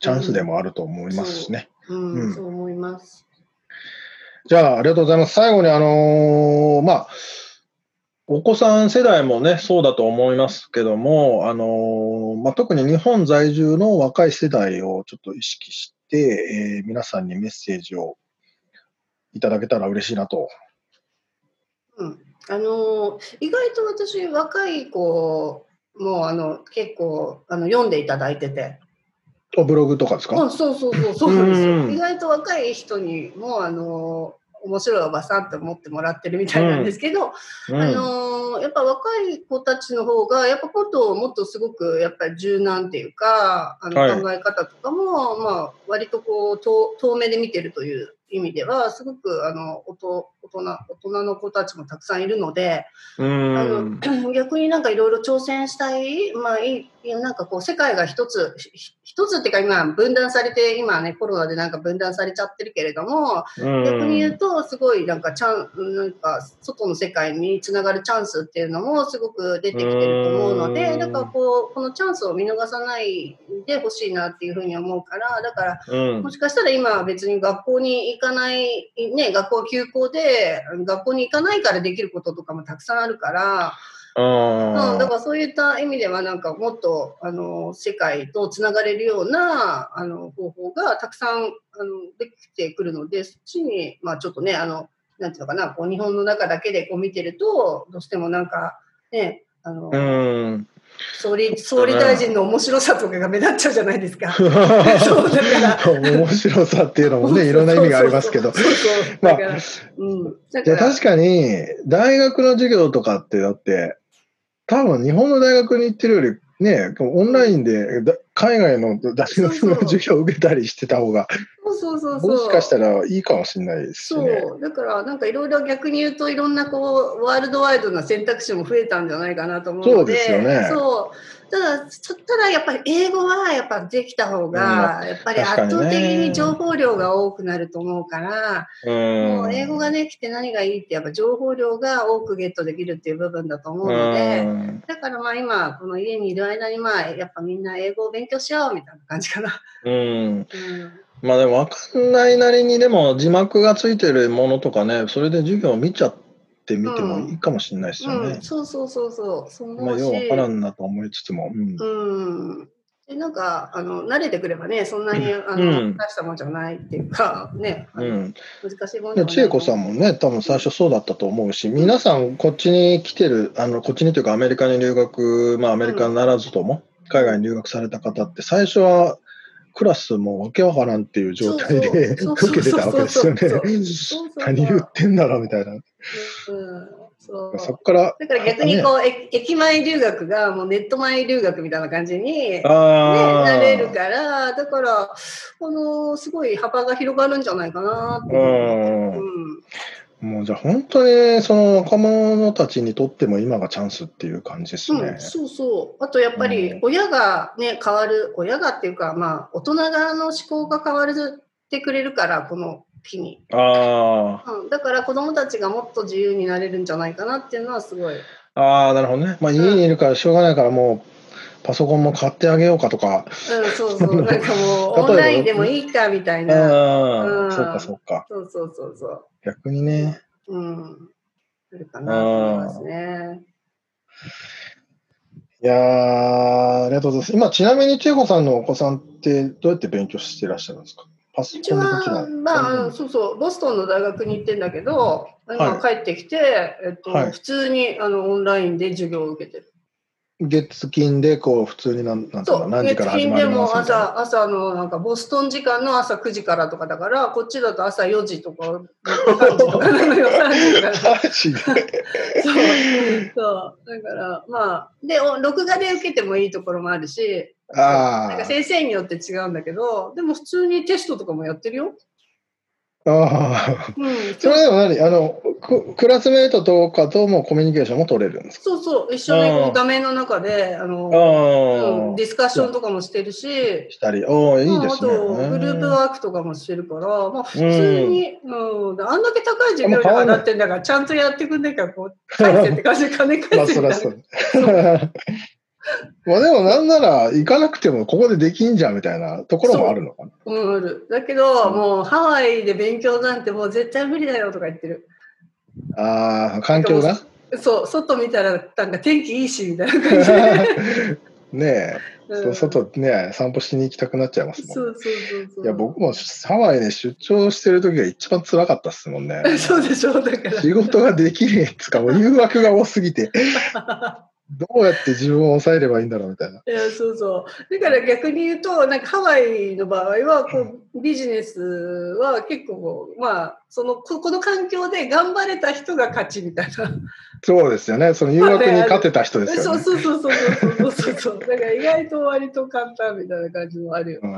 Speaker 3: チャンスでもあると思いますしね。
Speaker 4: うん
Speaker 3: うん
Speaker 4: そう思います。
Speaker 3: じゃあ、ありがとうございます。最後に、あのーまあ、お子さん世代もね、そうだと思いますけども、あのーまあ、特に日本在住の若い世代をちょっと意識して、えー皆さんにメッセージをいただけたら嬉しいなと。
Speaker 4: うん、あの意外と私若い子もあの結構あの読んでいただいてて。
Speaker 3: おブログとかですか、
Speaker 4: うん、そうそうそうそうなんです
Speaker 3: うんう
Speaker 4: よ。
Speaker 3: ん
Speaker 4: 意外と若い人にもあの面白いおばさんって思ってもらってるみたいなんですけど、
Speaker 3: うん
Speaker 4: あのやっぱ若い子たちの方がやっぱことをもっとすごくやっぱり柔軟っていうかあ
Speaker 3: はい
Speaker 4: の考え方とかも、まあ割とこう遠遠目で見てるという意味ではすごくあの大人大人大人の子たちもたくさんいるので、あ
Speaker 3: うん。
Speaker 4: の 逆になんかいろいろ挑戦したい、まあ、いいなんかこう世界が一つひひ一つっていうか今分断されて今ねコロナでなんか分断されちゃってるけれども、逆に言うとすごいなんかチャンなんか外の世界につながるチャンスっていうのもすごく出てきてると思うの
Speaker 3: う
Speaker 4: で
Speaker 3: ん
Speaker 4: だからこうこのチャンスを見逃さないでほしいなっていうふうに思うからだから
Speaker 3: うん
Speaker 4: もしかしたら今は別に学校に行かない、ね、学校休校で、学校に行かないからできることとかもたくさんあるから、
Speaker 3: あ
Speaker 4: うん、だ
Speaker 3: ー
Speaker 4: からそういった意味では、なんかもっと、あの、世界とつながれるような、あの、方法がたくさん、あの、できてくるので、そっちに、まあちょっとね、あの、なんていうのかな、こう、日本の中だけでこう見てると、どうしてもなんか、ね、あの、
Speaker 3: うん。
Speaker 4: 総理、総理大臣の面白さとかが目立っちゃうじゃないですか。 そうだから
Speaker 3: 面白さっていうの もね、いろんな意味がありますけど
Speaker 4: そう。そうそう
Speaker 3: まあ
Speaker 4: だから、うん。だ
Speaker 3: い
Speaker 4: か
Speaker 3: や
Speaker 4: ら、
Speaker 3: 確かに、大学の授業とかって、だって、多分日本の大学に行ってるより、ね、オンラインでだ海外の大学
Speaker 4: そう
Speaker 3: の
Speaker 4: そう
Speaker 3: 授業を受けたりしてた方が、
Speaker 4: そうそうそうそう。
Speaker 3: もしかしたらいいかもしれないですしね。
Speaker 4: そう、だから、なんかいろいろ逆に言うと、いろんなこう、ワールドワイドな選択肢も増えたんじゃないかなと思う
Speaker 3: そ
Speaker 4: ので。
Speaker 3: うですよね
Speaker 4: そうただ、そただやっぱり英語はやっぱできた方が、やっぱり
Speaker 3: 確
Speaker 4: 圧
Speaker 3: かにね
Speaker 4: 倒的に情報量が多くなると思うから、も
Speaker 3: も
Speaker 4: う英語ができて何がいいって、やっぱ情報量が多くゲットできるっていう部分だと思うので、だからまあ今、この家にいる間にまあ、やっぱみんな英語を勉強しようみたいな感じかな。
Speaker 3: うん。
Speaker 4: うん
Speaker 3: まあでもわかんないなりに、でも字幕がついてるものとかね、それで授業を見ちゃってみてもいいかもしれないですよ
Speaker 4: う
Speaker 3: ね
Speaker 4: ん、。そうそうそうそう、そう
Speaker 3: ま
Speaker 4: 思
Speaker 3: あ
Speaker 4: うし。
Speaker 3: ようわからんなと思いつつも。うん
Speaker 4: うん。で、なんか、あの、慣れてくればね、そんなに、あ
Speaker 3: う
Speaker 4: の、
Speaker 3: ん
Speaker 4: 大したもんじゃないっていうか、ね、あ
Speaker 3: う
Speaker 4: の
Speaker 3: ん
Speaker 4: 難しいもんじゃ
Speaker 3: で
Speaker 4: ない。
Speaker 3: 千恵子さんもね、多分最初そうだったと思うし、皆さん、こっちに来てる、あのこっちにというか、アメリカに留学、まあ、アメリカならずとも、海外に留学された方って、最初はクラスもわけわからんっていう状態で
Speaker 4: そう
Speaker 3: 受
Speaker 4: そう
Speaker 3: けてたわけですよね
Speaker 4: そうそうそうそう。
Speaker 3: 何言ってんだろうみたいな。
Speaker 4: うん、そ
Speaker 3: そこ
Speaker 4: う。
Speaker 3: から、
Speaker 4: だから逆にこう、え駅前留学がもうネット前留学みたいな感じに、ね、
Speaker 3: ああ、
Speaker 4: なれるから、だから、あのすごい幅が広がるんじゃないかなって
Speaker 3: う。
Speaker 4: いう。うん
Speaker 3: もうじゃあ、本当に、その若者たちにとっても今がチャンスっていう感じです
Speaker 4: う
Speaker 3: ね
Speaker 4: ん、。そうそう。あとやっぱ
Speaker 3: うん
Speaker 4: り親がね、変わる、親がっていうか、まあ、大人側の思考が変わってくれるから、この日に。
Speaker 3: あ
Speaker 4: うん、だから子供たちがもっと自由になれるんじゃないかなっていうのはすごい。
Speaker 3: あ、ああ、なるほどね。まあ、家にいるからしょうがないから、もう、パソコンも買ってあげようかとか、
Speaker 4: うん、そうそう。なんかもう、
Speaker 3: 例えば
Speaker 4: オンラインでもいいか、みたいな。
Speaker 3: う
Speaker 4: うん
Speaker 3: ん、そうかそうか。
Speaker 4: そうそうそうそう。
Speaker 3: 逆にね、
Speaker 4: うん。あるかなと思いますね。
Speaker 3: いやー、ありがとうございます。今、ちなみに千恵子さんのお子さんって、どうやって勉強してらっしゃるんですかパソ
Speaker 4: うち
Speaker 3: コンでもちろ
Speaker 4: は、
Speaker 3: ん。
Speaker 4: ま
Speaker 3: う
Speaker 4: あ、
Speaker 3: ん
Speaker 4: そうそう、ボストンの大学に行ってんだけど、今帰ってきて、えっと、
Speaker 3: はい
Speaker 4: 普通にあのオンラインで授業を受けてる。
Speaker 3: 月金で、こう、普通になん、なんていう
Speaker 4: そ
Speaker 3: の、
Speaker 4: う、
Speaker 3: 何時から始
Speaker 4: 金
Speaker 3: ま
Speaker 4: で
Speaker 3: りま
Speaker 4: も
Speaker 3: すみたいな。
Speaker 4: 朝、朝のなんかボストン時間の朝9時からとかだから、こっちだと朝4時とか、3時とかなのよ、3時から。
Speaker 3: マジで
Speaker 4: そう。そう。だから、まあ、で、お録画で受けてもいいところもあるし、
Speaker 3: あ
Speaker 4: なんか先生によって違うんだけど、でも普通にテストとかもやってるよ。
Speaker 3: あ。ああ。
Speaker 4: うん。
Speaker 3: それでも何あの、ククラスメートとかともコミュニケーションも取れるんですか
Speaker 4: そうそう、一緒にこ
Speaker 3: あ
Speaker 4: う
Speaker 3: ー
Speaker 4: 画面の中で、あの、うん
Speaker 3: あ
Speaker 4: ディスカッションとかもしてるし、
Speaker 3: したり。おおいい
Speaker 4: まあ
Speaker 3: で
Speaker 4: あ
Speaker 3: す
Speaker 4: と
Speaker 3: ね。
Speaker 4: グループワークとかもしてるから、まあ、普通に、うんあんだけ高い授業料払ってんだから、ちゃんとやってくんなきゃ、 こう、返せって感じで金
Speaker 3: ま
Speaker 4: 返
Speaker 3: あ、
Speaker 4: せ
Speaker 3: そ
Speaker 4: み
Speaker 3: りゃ
Speaker 4: たい
Speaker 3: そ
Speaker 4: な。
Speaker 3: う。まあでもなんなら行かなくてもここでできんじゃんみたいなところもあるのかな。
Speaker 4: うんある、だけど、もうハワイで勉強なんてもう絶対無理だよとか言ってる。
Speaker 3: ああ、環境が
Speaker 4: そう、外見たらなんか天気いいしみたいな感じで。
Speaker 3: ねえ、
Speaker 4: うん
Speaker 3: そう外ね、散歩しに行きたくなっちゃいますもん。
Speaker 4: そうそうそうそう。
Speaker 3: いや、僕もハワイで出張してる時が一番辛かったっすもんね。
Speaker 4: そうでしょ、だから。
Speaker 3: 仕事ができねえっつうか、もう誘惑が多すぎて、どうやって自分を抑えればいいんだろうみたいな。
Speaker 4: いやそうそうだから逆に言うとなんかハワイの場合はこうビジネスは結構こうまあそのここの環境で頑張れた人が勝ちみたいな、
Speaker 3: そうですよね。その誘惑に勝てた人ですよね。
Speaker 4: そうそうそうそうそうそうそうだから意外と割と簡単みたいな感じもあるよ、
Speaker 3: うんい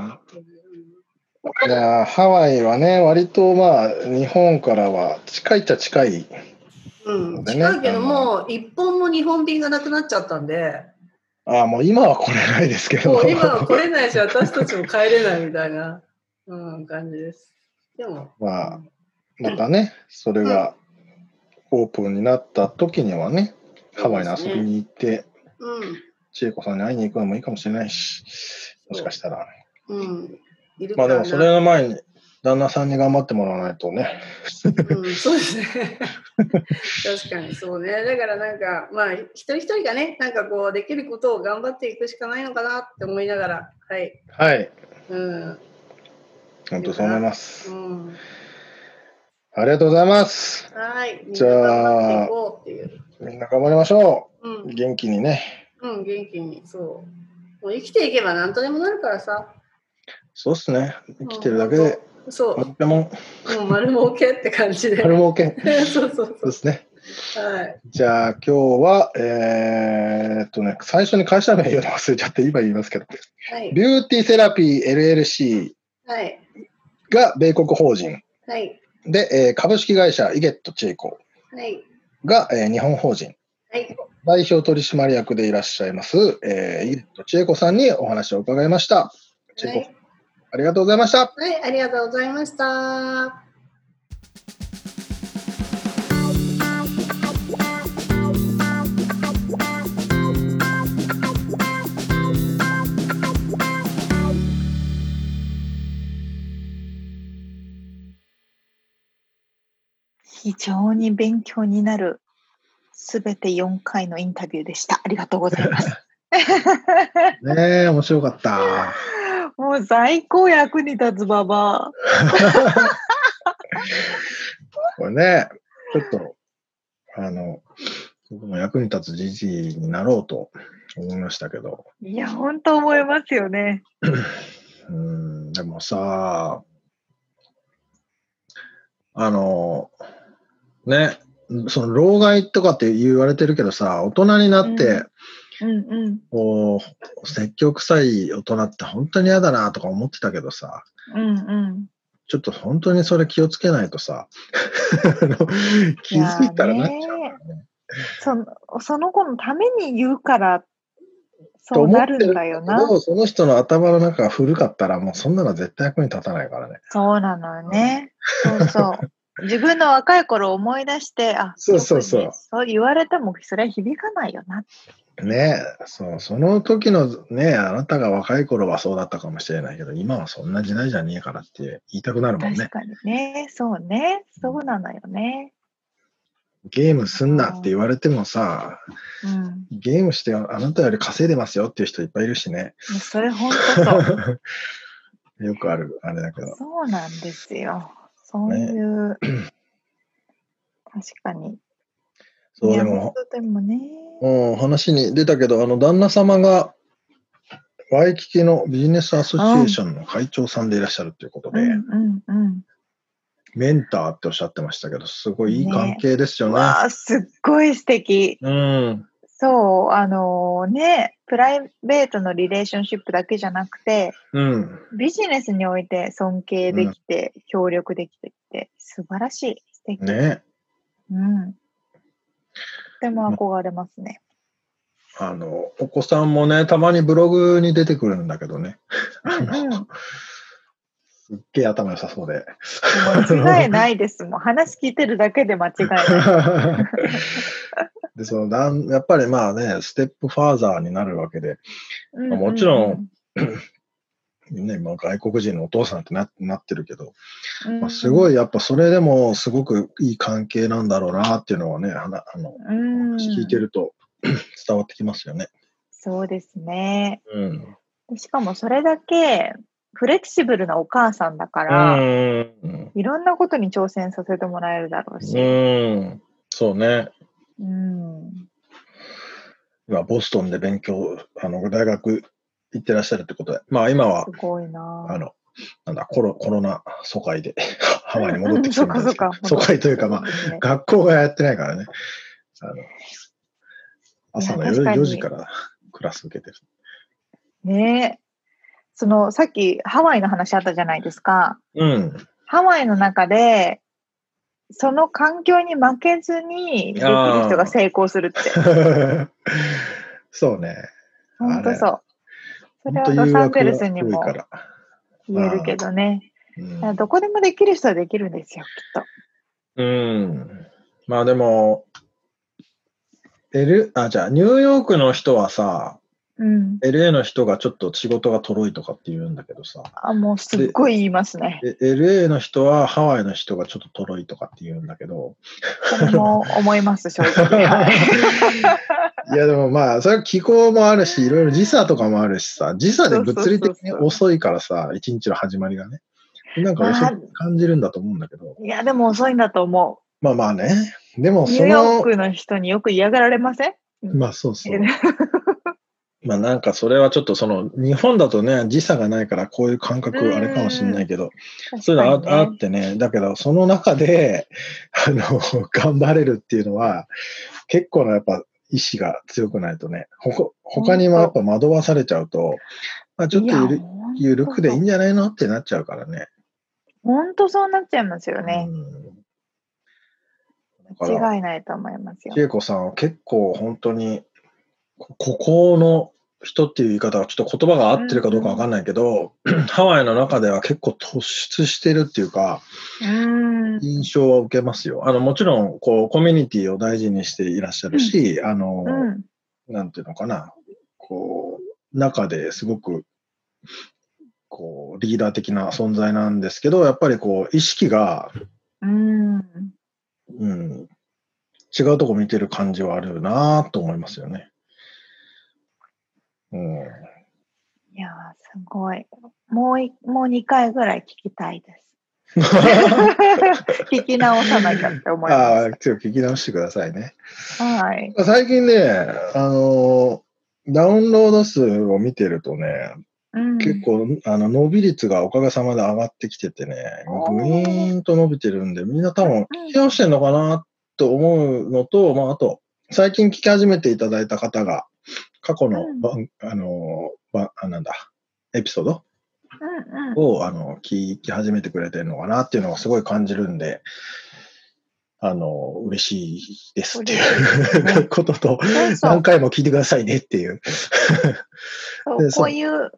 Speaker 3: やーハワイはね、割とまあ、日本からは近いっちゃ近い。
Speaker 4: うん、近いけども一本も日本便がなくなっちゃったんで
Speaker 3: ああ、もう今は来れないですけど。
Speaker 4: もう今は来れないし私たちも帰れないみたいな、うん、感じですでも
Speaker 3: まあ、またね、それがオープンになった時にはね、ハワイに遊びに行って、
Speaker 4: うん
Speaker 3: 千恵子さんに会いに行くのもいいかもしれないし、もしかしたら。
Speaker 4: うんいる
Speaker 3: ま
Speaker 4: か
Speaker 3: あ
Speaker 4: な
Speaker 3: でも、それの前に、旦那さんに頑張ってもらわないとね。
Speaker 4: うん、そうですね。確かにそうね。だからなんか、まあ、一人一人がね、なんかこう、できることを頑張っていくしかないのかなって思いながら、はい。
Speaker 3: はい、
Speaker 4: うん。
Speaker 3: 本当そう思います
Speaker 4: う。ん、
Speaker 3: ありがとうございます。
Speaker 4: はい。みん
Speaker 3: じ
Speaker 4: な
Speaker 3: ゃあ
Speaker 4: 頑張っていこうっていう。
Speaker 3: みんな頑張りましょ
Speaker 4: う
Speaker 3: う。元気にね。
Speaker 4: ん、うん、元気に、そう。もう生きていけば何とでもなるからさ。
Speaker 3: そうっすね。生きてるだけ
Speaker 4: うん
Speaker 3: で、。
Speaker 4: ほんとそう、
Speaker 3: と
Speaker 4: も
Speaker 3: って も、
Speaker 4: う丸儲けって感じで。
Speaker 3: 丸儲け。
Speaker 4: そうそ
Speaker 3: そ
Speaker 4: う
Speaker 3: うで
Speaker 4: そ
Speaker 3: すね。
Speaker 4: う。はい。
Speaker 3: じゃあ今日は、えーっとね、最初に会社名言うの忘れちゃって、今言いますけど、
Speaker 4: はい。
Speaker 3: ビューティーセラピー LLC
Speaker 4: はい。
Speaker 3: が米国法人。
Speaker 4: はい。
Speaker 3: で、えー株式会社イゲットチェイコ
Speaker 4: はい。
Speaker 3: が、えー日本法人。
Speaker 4: はい。
Speaker 3: 代表取締役でいらっしゃいます、えーイゲット千恵子さんにお話を伺いました。千恵子、
Speaker 4: はい
Speaker 3: ありがとうございました。
Speaker 4: はい、ありがとうございました。
Speaker 2: 非常に勉強になるすべて4回のインタビューでした。ありがとうございます。
Speaker 3: ねえ、面白かった。
Speaker 2: もう最高役に立つババ
Speaker 3: これね、ちょっと、あの、僕も役に立つじじいになろうと思いましたけど、
Speaker 2: ア。いや、本当思いますよね。
Speaker 3: うーん、でもさ、あの、ね、その、老害とかって言われてるけどさ、大人になって、
Speaker 2: うんうんうん。
Speaker 3: こう、説教臭い大人って本当に嫌だなとか思ってたけどさ、
Speaker 2: うんうん。
Speaker 3: ちょっと本当にそれ気をつけないとさ、 あの気づいたらなっちゃうからね。
Speaker 2: そのその子のために言うから、
Speaker 3: と
Speaker 2: そう
Speaker 3: 思
Speaker 2: な
Speaker 3: って
Speaker 2: るん
Speaker 3: る
Speaker 2: だよな
Speaker 3: け。ど、その人の頭の中が古かったら、もうそんなの絶対役に立たないからね。
Speaker 2: そうなのよね。そうそう。自分の若い頃を思い出して、あ、
Speaker 3: そうそうそう
Speaker 2: 特にそう言われてもそれは響かないよな。
Speaker 3: ねそう、その時のね、あなたが若い頃はそうだったかもしれないけど、今はそんな時代じゃねえからって言いたくなるもん
Speaker 2: 確
Speaker 3: ね。
Speaker 2: かにね。そうね。そうなのよね。
Speaker 3: ゲームすんなって言われてもさ、
Speaker 2: うん。も
Speaker 3: ゲームしてあなたより稼いでますよっていう人いっぱいいるしね。
Speaker 2: うそれ本当 そう。
Speaker 3: よくある、あれだけど。
Speaker 2: そうなんですよ。そういう、確かに。
Speaker 3: そう、
Speaker 2: い
Speaker 3: で
Speaker 2: や
Speaker 3: も
Speaker 2: 本、当でもね。
Speaker 3: うん、話に出たけど、あの、旦那様が、ワイキキのビジネスアソシエーションの会長さんでいらっしゃるということ
Speaker 2: う
Speaker 3: で、
Speaker 2: んうんうん。
Speaker 3: メンターっておっしゃってましたけど、すごいいい
Speaker 2: ね
Speaker 3: 関係ですよね。
Speaker 2: わあ、すっごい素敵。
Speaker 3: うん。
Speaker 2: そう、あのね、プライベートのリレーションシップだけじゃなくて、
Speaker 3: うん。
Speaker 2: ビジネスにおいて尊敬できて、協力できてって、素晴らしい。素敵。
Speaker 3: ね。
Speaker 2: うん。とても憧れますね。
Speaker 3: あの、お子さんもね、たまにブログに出てくるんだけどね。あ
Speaker 2: うんうん
Speaker 3: の、すっげえ頭良さそうで。
Speaker 2: 間違いないですもん。話聞いてるだけで間違いない。
Speaker 3: でそのだんやっぱりまあね、ステップファーザーになるわけで、
Speaker 2: うんうん
Speaker 3: もちろん、ね、まあ外国人のお父さんってななってるけど、まあ、すご
Speaker 2: い
Speaker 3: いやっぱそれでもすごくいい関係なんだろうなっていうのはね、あのあの聞いて
Speaker 2: る。
Speaker 3: ると 伝わってきますよね。
Speaker 2: そうですね。
Speaker 3: うん。
Speaker 2: でしかもそれだけフレキシブルなお母さんだか
Speaker 3: う
Speaker 2: ら、
Speaker 3: ん。うん
Speaker 2: いろんなことに挑戦させてもらえるだろうし。
Speaker 3: うん。そうね。
Speaker 2: うん。
Speaker 3: 今、ボストンで勉強、あの、大学行ってらっしゃるってことで、まあ今は
Speaker 2: す、ごいな
Speaker 3: あの、なんだ、コロコロナ疎開で ハワイに戻ってきて
Speaker 2: そ
Speaker 3: る
Speaker 2: うんか そうか。
Speaker 3: ですけど疎開というか、まあ、
Speaker 2: あ。
Speaker 3: 学校がやってないからね。あの朝の
Speaker 2: いや確かに
Speaker 3: 4時からクラス受けてる。
Speaker 2: ねえその、さっきハワイの話あったじゃないですか。
Speaker 3: うん。
Speaker 2: ハワイの中で、その環境に負けずにできる人が成功する って。
Speaker 3: そうね。
Speaker 2: 本当そう。それ
Speaker 3: 本
Speaker 2: は
Speaker 3: 当
Speaker 2: ロ
Speaker 3: 誘
Speaker 2: サン
Speaker 3: 惑
Speaker 2: ゼ
Speaker 3: が
Speaker 2: ルスに
Speaker 3: 多い
Speaker 2: も
Speaker 3: から。
Speaker 2: 言えるけどね。
Speaker 3: うん
Speaker 2: だからどこでもできる人はできるんですよ、きっ
Speaker 3: うん。まあでも、L、あ、じゃあ、ニューヨークの人はさ、
Speaker 2: と。うん。
Speaker 3: LA の人がちょっと仕事がとろいとかって言うんだけどさ、
Speaker 2: あ、もうすっごい言いますね。
Speaker 3: で LA の人はハワイの人がちょっととろいとかって言うんだ けど、
Speaker 2: それも思います、正 直。はい。
Speaker 3: いやでもまあ、それは気候もあるし、いろいろ時差とかもあるしさ、時差で物理的に遅いからさ、一日の始まりがね。なんか遅く感じるんだと思うんだけど、
Speaker 2: いや、でも遅いんだと思
Speaker 3: まあまあね。で
Speaker 2: う。
Speaker 3: も
Speaker 2: ニュ
Speaker 3: そ
Speaker 2: ーヨー
Speaker 3: の、
Speaker 2: クの人によく嫌がられません
Speaker 3: まあそうそう。
Speaker 2: う
Speaker 3: まあなんかそれはちょっとその、日本だとね、時差がないからこういう感覚あれかもしれないけど、 そういうのああってね、だけど、その中で、 あの、頑張れるっていうのは、結構なやっぱ意志が強くないとね、ほこ他にもやっぱ惑わされちゃうと、まあ、ちょっとゆるゆるくでいいん
Speaker 2: じ
Speaker 3: じゃないのってなっちゃうからね。
Speaker 2: ゃ本当そうなっちゃいますよね
Speaker 3: う。んだから、
Speaker 2: 間違いないと思いますよ
Speaker 3: 千。恵子さんは結構本当に、こここの人っていう言い方はちょっと言葉が合ってるかどうかわかんないけど、ハワイの中では結構突出してるっていうか、
Speaker 2: うん。
Speaker 3: 印象は受けますよ。あの、もちろん、こう、コミュニティを大事にしていらっしゃるし、あの、
Speaker 2: うん。
Speaker 3: なんていうのかな、こう、中ですごく、こう、リーダー的な存在なんですけど、やっぱりこう、意識が、
Speaker 2: うん。
Speaker 3: うん、違うとこ見てる感じはあるなと思いますよね。うん。
Speaker 2: いやー、すごい。もうい、もう2回ぐらい聞きたいです。 聞き直さなきゃって思い
Speaker 3: あ
Speaker 2: ま
Speaker 3: あ、ちょっと聞き直してくださいね。
Speaker 2: す。はい。
Speaker 3: 最近ね、あの、ダウンロード数を見てるとね、
Speaker 2: うん、
Speaker 3: 結構、あの、伸び率がおかげさまで上がってきててね、
Speaker 2: おー
Speaker 3: グイーンと伸びてるんで、みんな多分
Speaker 2: うん
Speaker 3: 聞き直してんのかなと思うのと、まあ、あと、最近聞き始めていただいた方が、過去の
Speaker 2: うん
Speaker 3: 番、あの、ばあなんだ、エピソード
Speaker 2: うんうん、
Speaker 3: を、あの、聞き始めてくれてるのかなっていうのがすごい感じるんで、あの、嬉しいですっていう、
Speaker 2: 嬉しいですね
Speaker 3: ことと、
Speaker 2: そうそ
Speaker 3: 何
Speaker 2: う
Speaker 3: 回も聞いてくださいねっていう。
Speaker 2: そう
Speaker 3: でそ
Speaker 2: こ
Speaker 3: う
Speaker 2: ういう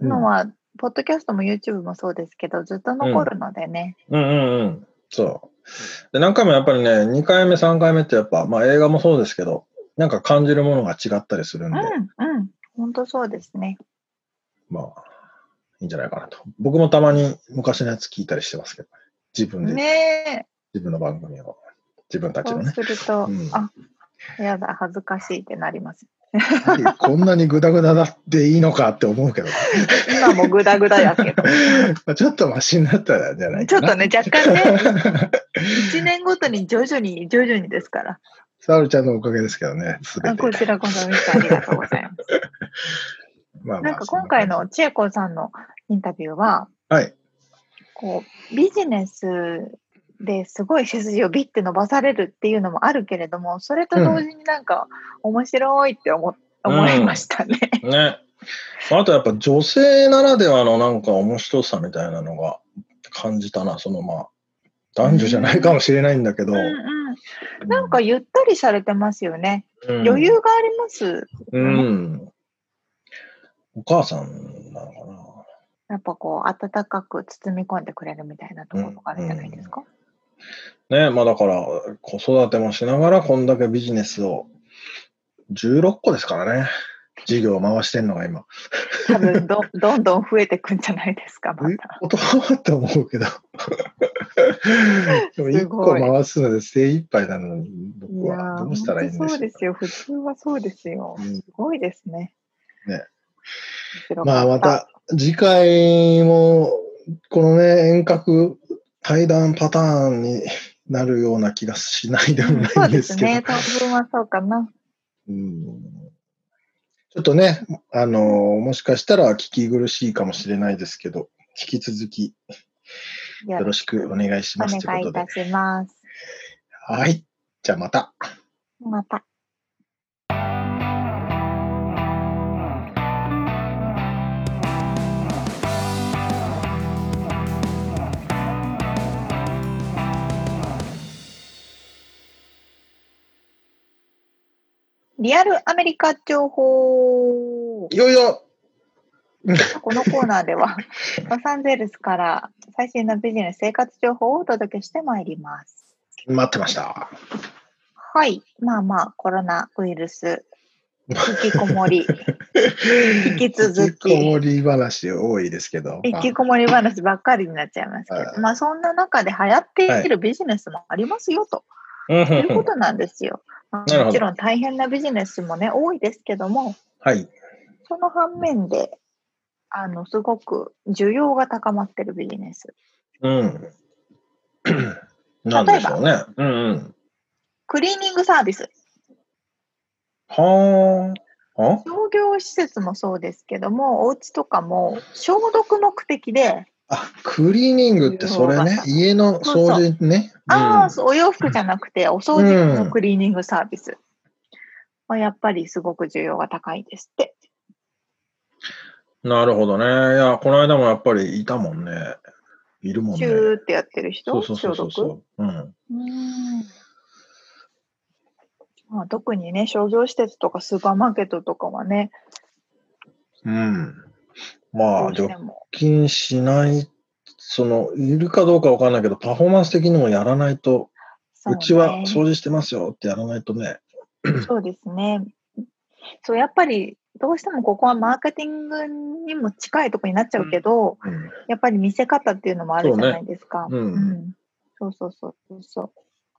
Speaker 2: のは、ポッドキャストも YouTube もそうですけど、ずっと残るのでね。
Speaker 3: うんうんうん。そう。で、何回もやっぱりね、2回目、3回目ってやっぱ、まあ映画もそうですけど、なんか感じるものが違ったりするん
Speaker 2: う
Speaker 3: で、
Speaker 2: んうん。本当そうですね。
Speaker 3: まあ、いいんじゃないかなと。僕もたまに昔のやつ聞いたりしてますけど、自分で、
Speaker 2: ねえ。
Speaker 3: 自分の番組を、自分たち
Speaker 2: そ
Speaker 3: の
Speaker 2: う
Speaker 3: ね。
Speaker 2: すると、
Speaker 3: うん
Speaker 2: あ、やだ、恥ずかしいってなります。
Speaker 3: こんなにグダグダだっていいのかって思うけど、
Speaker 2: 今もグダグダやけど。
Speaker 3: ちょっとマシになったらじゃ ない
Speaker 2: ちょ
Speaker 3: か
Speaker 2: っ
Speaker 3: な。
Speaker 2: とね、若干ね、
Speaker 3: ね。
Speaker 2: 1年ごとに徐々に、徐々にですから。
Speaker 3: 沙織ちゃんのおかげですけどね、す べ
Speaker 2: あ
Speaker 3: て。
Speaker 2: こちらこそ、ミスありがとうござい ます。
Speaker 3: まあま
Speaker 2: な
Speaker 3: あ
Speaker 2: んか今回、
Speaker 3: そ
Speaker 2: の千恵子さんのインタビューは、
Speaker 3: な感じ
Speaker 2: こう、ビジネスですごい背筋をビッて伸ばされるっていうのもあるけれども、それと同時になんか面白いって思,、
Speaker 3: うん
Speaker 2: 思いましたね。
Speaker 3: はい。ね。あとやっぱ女性ならではのなんか面白さみたいなのが感じたな、そのまあ、男女じゃないかもしれないんだけど、
Speaker 2: うんうん。なんかゆったりされてますよね。
Speaker 3: うん
Speaker 2: 余裕があります。
Speaker 3: うん。お母さんなのかな。
Speaker 2: やっぱこう、温かく包み込んでくれるみたいなところがあるんじゃないですか。
Speaker 3: ねまあだから、子育てもしながら、こんだけビジネスを、16個ですからね。事業を回してんのが今。
Speaker 2: 多分ど、 どんどん増えてくんじゃないですか、ま
Speaker 3: え
Speaker 2: た。
Speaker 3: ことはって思 うけど。でも
Speaker 2: す
Speaker 3: 1個
Speaker 2: ごい
Speaker 3: 回すので精一杯なのに、僕
Speaker 2: いや
Speaker 3: は
Speaker 2: ー
Speaker 3: どうしたらいいんで
Speaker 2: 本当
Speaker 3: し
Speaker 2: そう
Speaker 3: ょう
Speaker 2: ですよ。普通はそうですよ。
Speaker 3: うん
Speaker 2: すごいですね。
Speaker 3: ね
Speaker 2: 面白かった。
Speaker 3: まあまた、次回も、このね、遠隔対談パターンになるような気がしないでも
Speaker 2: うん
Speaker 3: な
Speaker 2: そ
Speaker 3: い
Speaker 2: うんで
Speaker 3: ですすけど。
Speaker 2: ね。当分はそうかな。
Speaker 3: うんちょっとね、あのもしかしたら聞き苦しいかもしれないですけど、引き続き
Speaker 2: よ
Speaker 3: よろしくお願いし
Speaker 2: お
Speaker 3: ますと
Speaker 2: 願
Speaker 3: い
Speaker 2: いうい
Speaker 3: ことで
Speaker 2: た。します。
Speaker 3: はい。じゃあまた。
Speaker 2: また。リアルアメリカ情報。
Speaker 3: いよいよ
Speaker 2: このコーナーでは、ロサンゼルスから最新のビジネス生活情報をお届けしてまいります。
Speaker 3: 待ってました。
Speaker 2: はい。まあまあ、コロナウイルス、引きこもり、引き続き
Speaker 3: 引こもり話多いですけど。
Speaker 2: 引きこもり話ばっかりになっちゃいますけ
Speaker 3: は
Speaker 2: ど、まあそんな中で流行っているビジネスもありますよと
Speaker 3: うんうん
Speaker 2: いう
Speaker 3: う
Speaker 2: こ
Speaker 3: ん
Speaker 2: となんですよ。ま
Speaker 3: なる
Speaker 2: あ
Speaker 3: ほど
Speaker 2: もちろん大変なビジネスもね、多いですけども、
Speaker 3: はい。
Speaker 2: その反面で、あの、すごく需要が高まってるビジネス。
Speaker 3: うん。なんでしょうね。うんうん。
Speaker 2: クリーニングサービス。
Speaker 3: はあ。は
Speaker 2: 商業施設もそうですけども、お家とかも消毒目的で、
Speaker 3: あ、クリーニングってそれね。家の掃除ね。
Speaker 2: ああ、
Speaker 3: うん
Speaker 2: そうお洋服じゃなくて、お掃除のクリーニングサービス。まあ、やっぱりすごく需要が高いですって。
Speaker 3: なるほどね。いや、この間もやっぱりいたもんね。いるもん
Speaker 2: シ
Speaker 3: ね。
Speaker 2: ューってやってる人
Speaker 3: そうそうそうそう
Speaker 2: 消毒
Speaker 3: そう。うん。
Speaker 2: うーんまあ、特にね、商業施設とかスーパーマーケットとかはね、
Speaker 3: うん。
Speaker 2: ど
Speaker 3: まあ、
Speaker 2: うし
Speaker 3: 除
Speaker 2: ても。
Speaker 3: 菌しない、その、いるかどうかわかんないけど、パフォーマンス的にもやらないと、
Speaker 2: そうね
Speaker 3: ちは掃除してますよってやらないとね。
Speaker 2: そうですね。そう、やっぱりどうしてもここはマーケティングにも近いところになっちゃうけど、
Speaker 3: うん。
Speaker 2: やっぱり見せ方っていうのもあるじゃないですか。
Speaker 3: そうねうん
Speaker 2: んそうそうそうそう。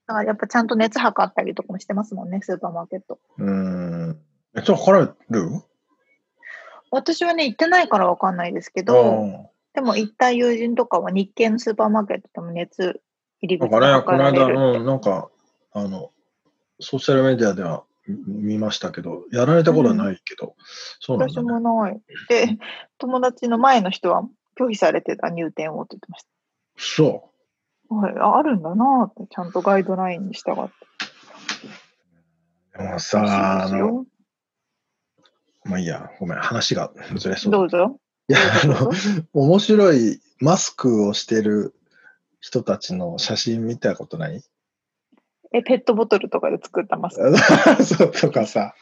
Speaker 2: だからやっぱちゃんと熱測ったりとかもしてますもんね、スーパーマーケット。
Speaker 3: うん。え、じゃあ、からる
Speaker 2: 私はね、行ってないからわかんないですけど、でも行った友人とかは日系のスーパーマーケットでも熱入り
Speaker 3: あ
Speaker 2: 口で
Speaker 3: ーなんか
Speaker 2: 測
Speaker 3: ね、
Speaker 2: ら
Speaker 3: こ
Speaker 2: れ
Speaker 3: の間、
Speaker 2: るって。
Speaker 3: うん、なんか、あの、ソーシャルメディアでは見見ましたけど、やられたことはないけど、そうなん
Speaker 2: 私
Speaker 3: だね。
Speaker 2: もない。で、友達の前の人は拒否されてた入店をって言ってまし
Speaker 3: そう。
Speaker 2: た。はい、ああるんだなって、ちゃんとガイドラインに従って。そう
Speaker 3: でもさ、あ
Speaker 2: です
Speaker 3: の、
Speaker 2: よ
Speaker 3: まあいいや、ごめん、話がずれそうだ
Speaker 2: ど。うぞ。
Speaker 3: いや、 あ
Speaker 2: ど
Speaker 3: の
Speaker 2: う、ぞ
Speaker 3: 面白いマスクをしてる人たちの写真見たことない
Speaker 2: え、ペットボトルとかで作ったマスク。
Speaker 3: そうとかさ、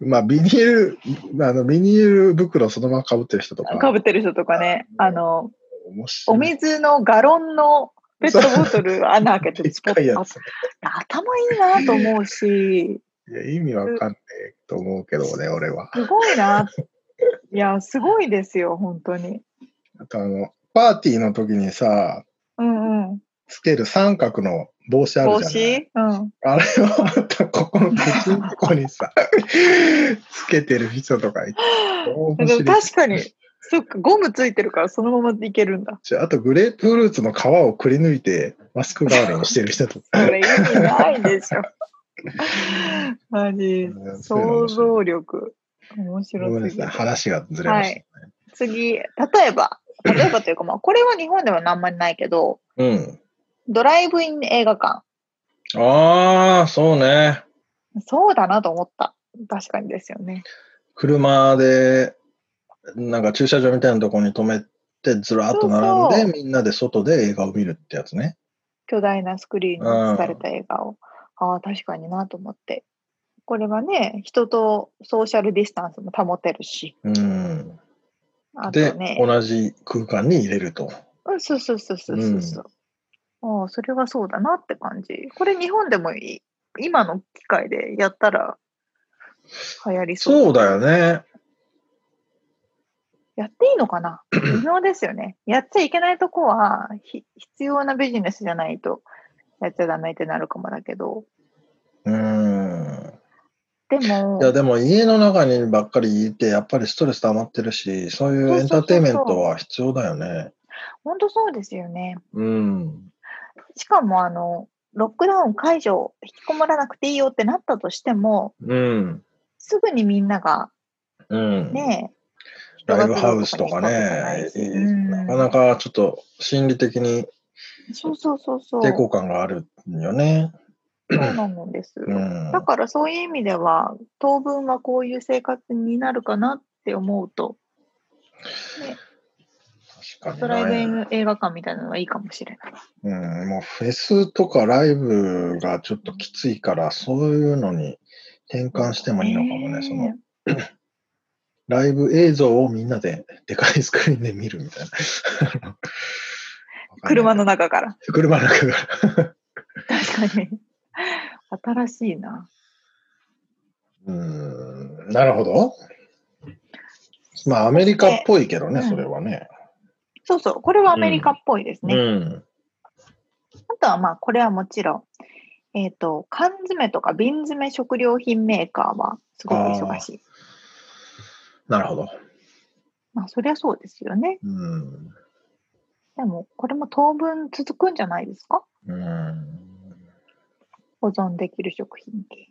Speaker 3: まあビニール、あのビニール袋そのまま被ってる人とか、
Speaker 2: かぶってる人とかね、
Speaker 3: あ
Speaker 2: あの、
Speaker 3: 面白
Speaker 2: お
Speaker 3: い
Speaker 2: 水のガロンのペットボトル穴開け
Speaker 3: で
Speaker 2: て
Speaker 3: っ
Speaker 2: スポ
Speaker 3: かい
Speaker 2: ッ
Speaker 3: や
Speaker 2: と。
Speaker 3: つ。
Speaker 2: 頭いいなと思うし、
Speaker 3: いや、意味わかんねえと思うけどね、俺は。
Speaker 2: すごいな。いや、すごいですよ、本当に。
Speaker 3: あとあの、パーティーの時にさ、
Speaker 2: うんうん。
Speaker 3: つける三角の帽子ある
Speaker 2: 帽
Speaker 3: じゃない
Speaker 2: 子うん。
Speaker 3: あれをまたここの口のとこにさ、 つけてる人とかいて。面
Speaker 2: で
Speaker 3: 白い
Speaker 2: も確かに、そっか、ゴムついてるからそのままいけるんだ。
Speaker 3: じゃああとグレープフルーツの皮をくり抜いてマスク代わりにしてる人と
Speaker 2: そ
Speaker 3: か。
Speaker 2: れ意味ないで しょ。マジ
Speaker 3: う、んそういうの面白い
Speaker 2: 想像力。面
Speaker 3: ごめん
Speaker 2: 白
Speaker 3: な
Speaker 2: すぎ
Speaker 3: さい
Speaker 2: る。
Speaker 3: 話がずれましたね。
Speaker 2: 次、例えば、例えばというか、まあ、これは日本ではあんまりないけど、
Speaker 3: うん。
Speaker 2: ドライブイン映画館。
Speaker 3: ああ、そうね。
Speaker 2: そうだなと思った。確かにですよね。
Speaker 3: 車で、なんか駐車場みたいなところに止めて、ずらっと並んで、
Speaker 2: そう
Speaker 3: みんなで外で映画を見るってやつね。
Speaker 2: 巨大なスクリーンに映された映画を。ああ、確かになと思って。これはね、人とソーシャルディスタンスも保てるし、
Speaker 3: うん。
Speaker 2: あと
Speaker 3: で、
Speaker 2: ね、
Speaker 3: 同じ空間に入れると。
Speaker 2: うん、そうそうそうそうそうそう。ああ、それはそうだなって感じ。これ日本でもい今の機会でやったら流行りそう。
Speaker 3: そうだよね。
Speaker 2: やっていいのかな微妙ですよね。やっちゃいけないとこはひ必要なビジネスじゃないとやっちゃダメってなるかもだけど。
Speaker 3: うん。
Speaker 2: でも
Speaker 3: いや、、でも家の中にばっかりいて、やっぱりストレス溜まってるし、そういうエンターテインメントは必要だよね。
Speaker 2: 本当そうですよね。
Speaker 3: うん。
Speaker 2: しかもあの、ロックダウン解除、引きこもらなくていいよってなったとしても、
Speaker 3: うん。
Speaker 2: すぐにみんなが
Speaker 3: うん。
Speaker 2: ね、
Speaker 3: ライブハウスとかね、なかなかちょっと心理的に
Speaker 2: そうそうそうそう。
Speaker 3: 抵抗感があるんよね。
Speaker 2: そうなんです。
Speaker 3: うん
Speaker 2: だからそういう意味では、当分はこういう生活になるかなって思うと、
Speaker 3: 確
Speaker 2: ド
Speaker 3: か
Speaker 2: ライブイ
Speaker 3: にね。
Speaker 2: ン映画館みたいなのはいいかもしれない。
Speaker 3: うん、もうフェスとかライブがちょっときついから、そういうのに転換してもいいのかもね。
Speaker 2: え
Speaker 3: そのライブ映像をみんなででかいスクリーンで見るみたい な。
Speaker 2: 車の
Speaker 3: 中。
Speaker 2: 中から。
Speaker 3: 車の中から。
Speaker 2: 確かに。新しいな。
Speaker 3: うん、なるほど。まあ、アメリカっぽいけどね、それはね。
Speaker 2: そうそう、これはアメリカっぽいですね。
Speaker 3: うん。
Speaker 2: あとはまあ、これはもちろん、えっ、と、缶詰とか瓶詰食料品メーカーはすごく忙しい。
Speaker 3: なるほど。
Speaker 2: まあ、そりゃそうですよね。
Speaker 3: うん。
Speaker 2: でも、これも当分続くんじゃないですか
Speaker 3: うん。
Speaker 2: 保存できる食品系。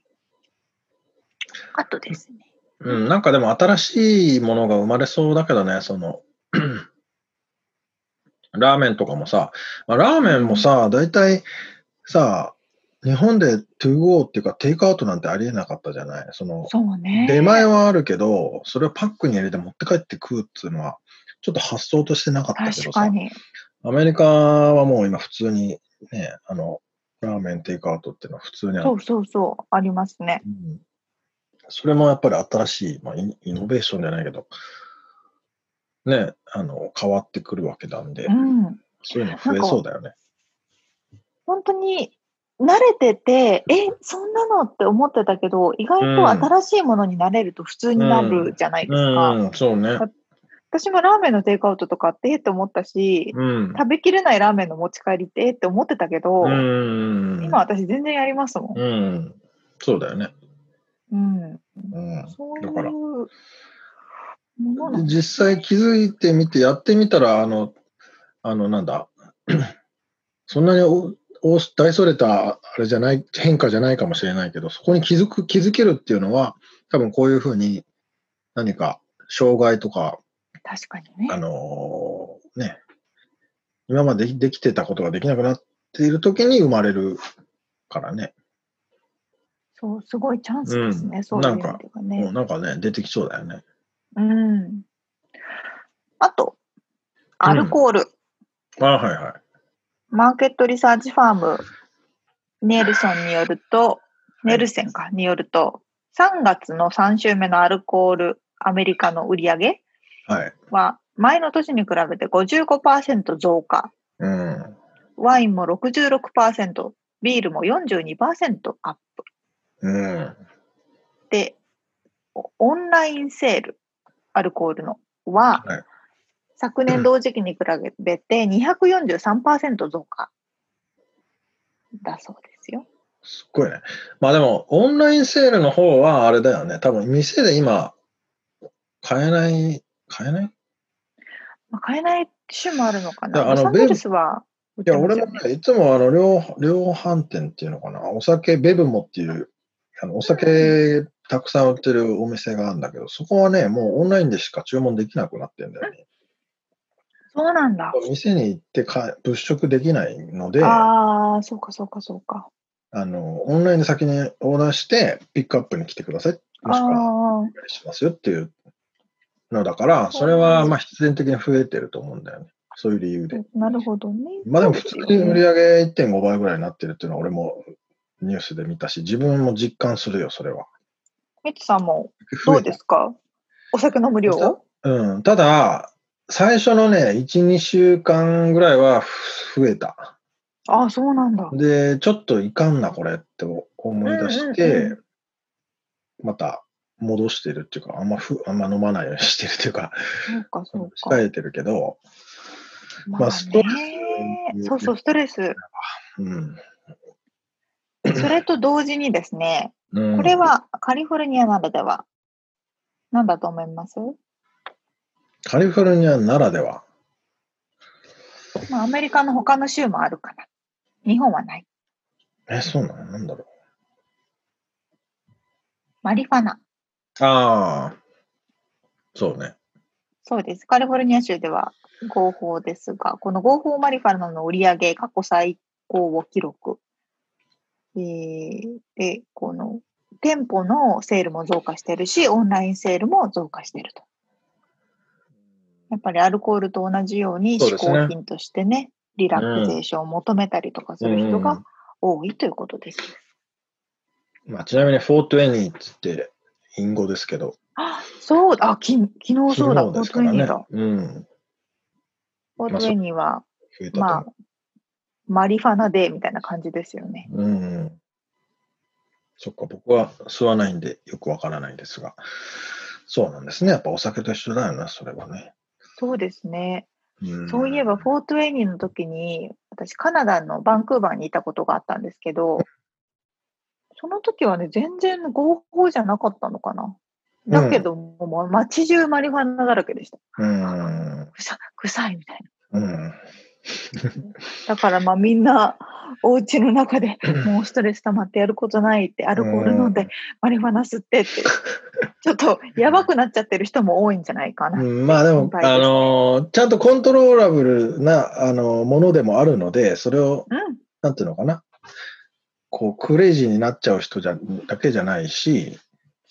Speaker 2: あとですね。
Speaker 3: うん、なんかでも新しいものが生まれそうだけどね、その、 ラーメンとかもさ、まあラーメンもさ、大体さ、日本で 2GO っていうかテイクアウトなんてありえなかったじゃないその、
Speaker 2: そうね。
Speaker 3: 出前はあるけど、それをパックに入れて持って帰って食うっていうのは、ちょっと発想としてなかったけ
Speaker 2: 確
Speaker 3: ど
Speaker 2: か
Speaker 3: さ、
Speaker 2: に。
Speaker 3: アメリカはもう今普通にね、あの、ラーメンテイクアウトっていうのは普通にある
Speaker 2: そうそうそう。ありますね。
Speaker 3: うんそれもやっぱり新しい、まあ、イイノベーションじゃないけど、ね、あの、変わってくるわけなんで
Speaker 2: う、ん。
Speaker 3: そういうの増えそうだよね。
Speaker 2: 本当に慣れてて、え、そんなのって思ってたけど、意外と新しいものになれると普通になるじゃないですか。
Speaker 3: うん、そうね。
Speaker 2: 私もラーメンのテイクアウトとかってえって思ったし、
Speaker 3: うん。
Speaker 2: 食べきれないラーメンの持ち帰りってえって思ってたけど、
Speaker 3: うん。
Speaker 2: 今私全然やりますもん。
Speaker 3: うん。そうだよね。
Speaker 2: うん。
Speaker 3: うん。
Speaker 2: そうい
Speaker 3: だ
Speaker 2: う
Speaker 3: から
Speaker 2: ものなんです
Speaker 3: 実際気づいてみて、やってみたら、あの、あの、なんだ、 そんなにおお大それた、あれじゃない、変化じゃないかもしれないけど、そこに気づく、気づけるっていうのは、多分こういうふうに、何か、障害とか、
Speaker 2: 確かにね。
Speaker 3: あのーね、今までできてたことができなくなっている時に生まれるからね、
Speaker 2: そう、すごいチャンスですね、
Speaker 3: うん
Speaker 2: そういう
Speaker 3: な
Speaker 2: 意
Speaker 3: ん
Speaker 2: 味
Speaker 3: か
Speaker 2: では
Speaker 3: もう
Speaker 2: ね。
Speaker 3: なんかね、出てきそうだよね。
Speaker 2: うん。あと、アルコール、
Speaker 3: あはいはい。
Speaker 2: マーケットリサーチファーム、ネルソンによると、ネルセンか、によると、3月の3週目のアルコール、アメリカの売り上げ
Speaker 3: はい。
Speaker 2: は、前の年に比べて55%増加、
Speaker 3: うん。
Speaker 2: ワインも66%、ビールも42%アップ。
Speaker 3: うん。
Speaker 2: で、おオンラインセール、アルコールの、は、
Speaker 3: はい
Speaker 2: 昨年同時期に比べて243%増加だそうですよ。
Speaker 3: すっごいね。まあでも、オンラインセールの方はあれだよね。多分、店で今、買えない、買えない
Speaker 2: まあ、買えない種もあるのか
Speaker 3: いや
Speaker 2: な。ロ
Speaker 3: あの
Speaker 2: サンゼルスは売っ
Speaker 3: い
Speaker 2: て
Speaker 3: や、
Speaker 2: ま
Speaker 3: 俺
Speaker 2: すよ
Speaker 3: も
Speaker 2: ね、
Speaker 3: ね、いつもあの量量販店っていうのかな、お酒、ベブモっていう、あのお酒たくさん売ってるお店があるんだけど、そこはね、もうオンラインでしか注文できなくなってんだよね。
Speaker 2: そうなんだ。
Speaker 3: 店に行ってか物色できないので、あ
Speaker 2: ああ、そうかそうかそうか。
Speaker 3: の、オンラインで先にオーダーして、ピックアップに来てください。もしくは、
Speaker 2: あ
Speaker 3: お願いしますよっていうのだから、それはまあ必然的に増えてると思うんだよね。そういう理由で。
Speaker 2: あ、なるほどね。
Speaker 3: まあでも普通
Speaker 2: そう
Speaker 3: に
Speaker 2: ですよ
Speaker 3: 売
Speaker 2: ね
Speaker 3: り上げ1.5倍ぐらいになってるっていうのは俺もニュースで見たし、自分も実感するよ、それは。
Speaker 2: ミツさんもどうですかお酒飲む量
Speaker 3: そうん。ただ、最初のね、1、2週間ぐらいはふ増えた。
Speaker 2: ああ、そうなんだ。
Speaker 3: で、ちょっといかんな、これって思い出して、
Speaker 2: うんうん
Speaker 3: また戻してるっていうか、あんまふ、あんま飲まないようにしてるっていうか、
Speaker 2: そうかそうか。
Speaker 3: 控えてるけど、
Speaker 2: ま
Speaker 3: ま
Speaker 2: あ
Speaker 3: あストレ
Speaker 2: ね。
Speaker 3: ス
Speaker 2: そうそう、ストレ ス。
Speaker 3: うん。
Speaker 2: それと同時にですね、
Speaker 3: うん
Speaker 2: これ、はカリフォルニアならでは。なんだと思います、
Speaker 3: カリフォルニアならでは。
Speaker 2: まあ、アメリカの他の州もあるかな。日本はない。
Speaker 3: え、そうなのなんだろ
Speaker 2: マリファナ。
Speaker 3: う。ああ。そうね。
Speaker 2: そうです。カリフォルニア州では合法ですが、この合法マリファナの売り上げ、過去最高を記録。えーで、この店舗のセールも増加してるし、オンラインセールも増加してると。やっぱりアルコールと同じように
Speaker 3: そう
Speaker 2: 嗜
Speaker 3: ですね
Speaker 2: 好品としてね、リラクゼーションを求めたりとかする人
Speaker 3: うんう
Speaker 2: が
Speaker 3: ん
Speaker 2: 多いということです。
Speaker 3: まあ、ちなみに420って言って、インゴですけど。
Speaker 2: あ、そうだ、あ、き昨日そうだ、
Speaker 3: 昨日
Speaker 2: コ
Speaker 3: で
Speaker 2: ー
Speaker 3: す
Speaker 2: ト
Speaker 3: か
Speaker 2: ゥエ
Speaker 3: ら
Speaker 2: ニ
Speaker 3: ね。
Speaker 2: だ。
Speaker 3: うん。
Speaker 2: コー
Speaker 3: まあ
Speaker 2: ト
Speaker 3: そ
Speaker 2: ゥ
Speaker 3: う
Speaker 2: エニは、
Speaker 3: 増えたと
Speaker 2: まあ
Speaker 3: 思、
Speaker 2: マリファナデーみたいな感じですよね。
Speaker 3: う。うんうん。そっか、僕は吸わないんで、よくわからないですが。そうなんですね。やっぱお酒と一緒だよな、それはね。
Speaker 2: そうですね。
Speaker 3: うん、
Speaker 2: そういえば、420の時に、私、カナダのバンクーバーにいたことがあったんですけど、その時はね、全然合法じゃなかったのかな。だけども、もう街中マリファナだらけでした。
Speaker 3: うん。
Speaker 2: 臭臭いみたいな。
Speaker 3: うん。
Speaker 2: だから、まあ、みんな、お家の中でもうストレス溜まってやることないって、アルコール飲ん
Speaker 3: う
Speaker 2: で
Speaker 3: ん、
Speaker 2: マリファナ吸ってって、ちょっとやばくなっちゃってる人も多いんじゃないかな。
Speaker 3: うん、まあでも
Speaker 2: 心、配です
Speaker 3: あのーちゃんとコントローラブルな、あのーものでもあるので、それを、
Speaker 2: うん、
Speaker 3: なんていうのかな、こう、クレイジーになっちゃう人じゃだけじゃないし、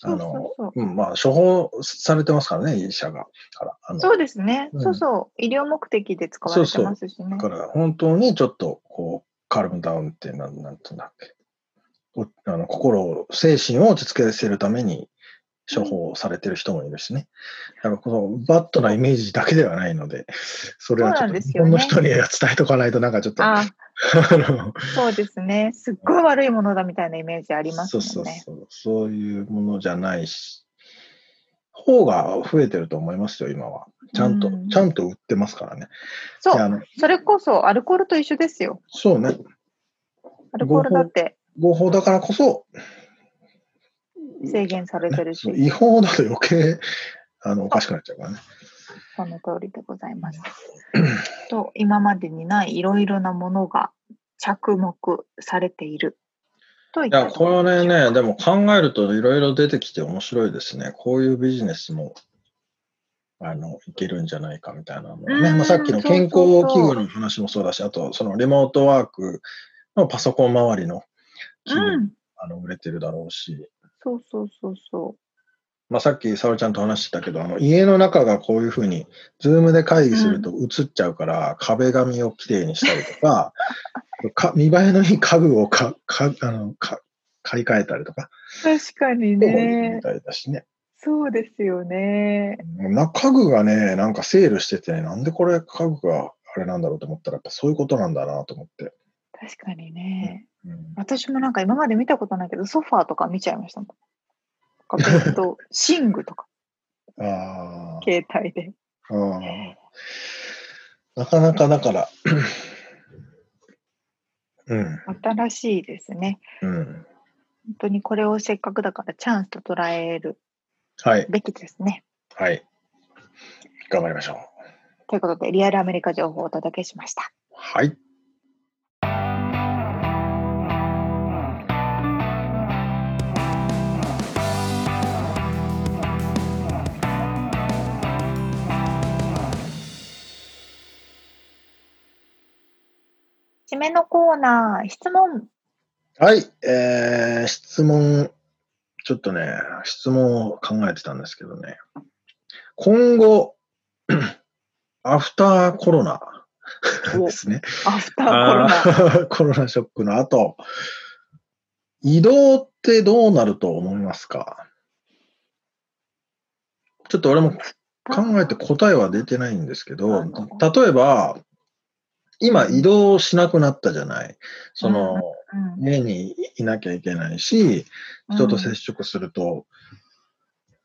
Speaker 3: あ
Speaker 2: そうそう
Speaker 3: の
Speaker 2: そう。
Speaker 3: ーうん、まあ、処方されてますからね、医者が。からあの
Speaker 2: そうですね、
Speaker 3: うん
Speaker 2: そうそう。医療目的で使われてますしね。
Speaker 3: だから、本当にちょっと、こう、カルムダウンっていうのは、なんていうんだっけ。おあの心を、精神を落ち着けせるために処方されてる人もいるしね。だから、このバッドなイメージだけではないので、それはちょ
Speaker 2: そうな
Speaker 3: っ
Speaker 2: ん
Speaker 3: と
Speaker 2: です
Speaker 3: 日
Speaker 2: よ
Speaker 3: 本
Speaker 2: ね
Speaker 3: の人には伝えとかないと、なんかちょっと、
Speaker 2: あ
Speaker 3: あの
Speaker 2: そうですね。すっごい悪いものだみたいなイメージあります
Speaker 3: そ
Speaker 2: もん
Speaker 3: う
Speaker 2: ね。
Speaker 3: そうそう。そういうものじゃないし、方が増えてると思いますよ、今は。ちゃんと、
Speaker 2: うん
Speaker 3: ちゃんと売ってますからね。
Speaker 2: そう
Speaker 3: であの
Speaker 2: それこそアルコールと一緒ですよ。
Speaker 3: そうね。
Speaker 2: アルコールだって
Speaker 3: 合法だからこそ、
Speaker 2: 制限されてるし、
Speaker 3: そう違法だと余計、あの、おかしくなっちゃうからね。
Speaker 2: その通りでございます。と、今までにないいろいろなものが着目されている。といっ
Speaker 3: いや、
Speaker 2: たところ
Speaker 3: こ
Speaker 2: で
Speaker 3: れ
Speaker 2: しょうか
Speaker 3: ね、でも考えるといろいろ出てきて面白いですね。こういうビジネスも、あの、いけるんじゃないかみたいなのはね。
Speaker 2: うん
Speaker 3: まあ、さっきの健
Speaker 2: そうそう
Speaker 3: 康
Speaker 2: そ
Speaker 3: 器
Speaker 2: う
Speaker 3: 具の話もそうだし、あと、そのリモートワークのパソコン周りの器具も
Speaker 2: うん、
Speaker 3: あの売れてるだろうし、
Speaker 2: そうそうそうそ
Speaker 3: まあ、さっき沙織ちゃんと話してたけど、あの家の中がこういうふうに、ズームで会議すると映っちゃうから、壁紙をきれいにしたりとか か、見栄えのいい家具をかかあのか買い替えたりとか、
Speaker 2: う。確かに
Speaker 3: そういう
Speaker 2: ね
Speaker 3: み。たいだしね。
Speaker 2: そうですよね。
Speaker 3: な家具がね、なんかセールしてて、なんでこれ家具があれなんだろうと思ったら、やっぱそういうことなんだなと思って。
Speaker 2: 確かにね。
Speaker 3: うん
Speaker 2: 私もなんか今まで見たことないけど、ソファーとか見ちゃいましたもん。か、別 途、寝具とか、
Speaker 3: あー
Speaker 2: 携帯で。
Speaker 3: あー。なかなかだから、うん、
Speaker 2: 新しいですね。
Speaker 3: うん。
Speaker 2: 本当にこれをせっかくだからチャンスと捉える
Speaker 3: はい、
Speaker 2: べきですね。
Speaker 3: はい。頑張りましょう。
Speaker 2: ということで、リアルアメリカ情報をお届けしました。
Speaker 3: はい。
Speaker 2: 締めのコーナー、質問。
Speaker 3: はい、えー、質問、ちょっとね、質問を考えてたんですけどね。今後、 アフターコロナ
Speaker 2: お
Speaker 3: ですね。
Speaker 2: アフターコロナ。
Speaker 3: あー コロナショックの後、移動ってどうなると思いますかちょっと俺も考えて答えは出てないんですけど、例えば、今移動しなくなったじゃない。その、
Speaker 2: うん
Speaker 3: 家にいなきゃいけないし、人と接触すると、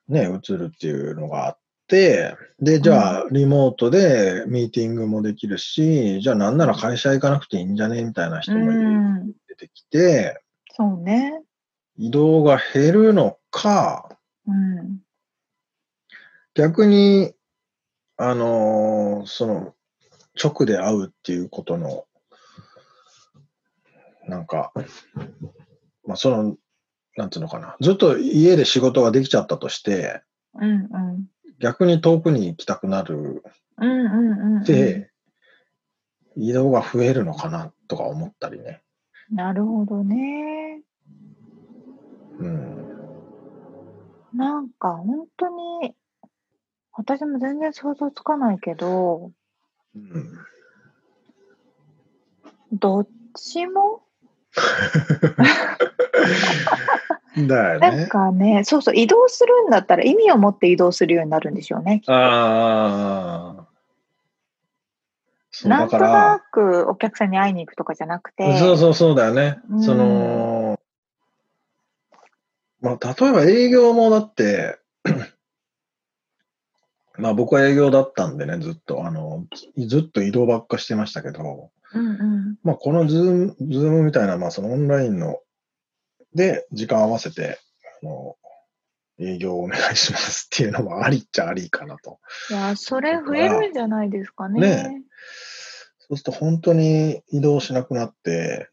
Speaker 3: ね、うつるっていうのがあって、で、じゃあ、リモートでミーティングもできるし、じゃあ、なんなら会社行かなくていいんじゃねみたいな人
Speaker 2: う
Speaker 3: も
Speaker 2: ん
Speaker 3: 出てきて、
Speaker 2: そうね。
Speaker 3: 移動が減るのか、
Speaker 2: うん。
Speaker 3: 逆に、あのーその、直で会うっていうことの、なんか、まあ、その、なんていうのかな、ずっと家で仕事ができちゃったとして、
Speaker 2: うんうん。
Speaker 3: 逆に遠くに行きたくなる
Speaker 2: うんうんうん。
Speaker 3: で、移動が増えるのかなとか思ったりね。
Speaker 2: なるほどね。
Speaker 3: うん。
Speaker 2: なんか本当に、私も全然想像つかないけど、
Speaker 3: うん、
Speaker 2: どっちも
Speaker 3: だよ
Speaker 2: なん
Speaker 3: ね。
Speaker 2: かね、そうそう、移動するんだったら意味を持って移動するようになるんでしょうね。
Speaker 3: ああ。そう
Speaker 2: な
Speaker 3: だ
Speaker 2: んと
Speaker 3: か
Speaker 2: な
Speaker 3: ら、
Speaker 2: くお客さんに会いに行くとかじゃなくて、
Speaker 3: そうそうそうだよね。
Speaker 2: うん
Speaker 3: その、まあ、例えば営業もだって、 まあ僕は営業だったんでね、ずっと、あの、ずっと移動ばっかしてましたけど、
Speaker 2: うんうん
Speaker 3: まあ、このズーム、ズームみたいな、まあ、そのオンラインの、で、時間合わせて、あの、営業をお願いしますっていうのもありっちゃありかなと。
Speaker 2: いや、それ増えるんじゃないですかね。
Speaker 3: ねそうすると本当に移動しなくなって、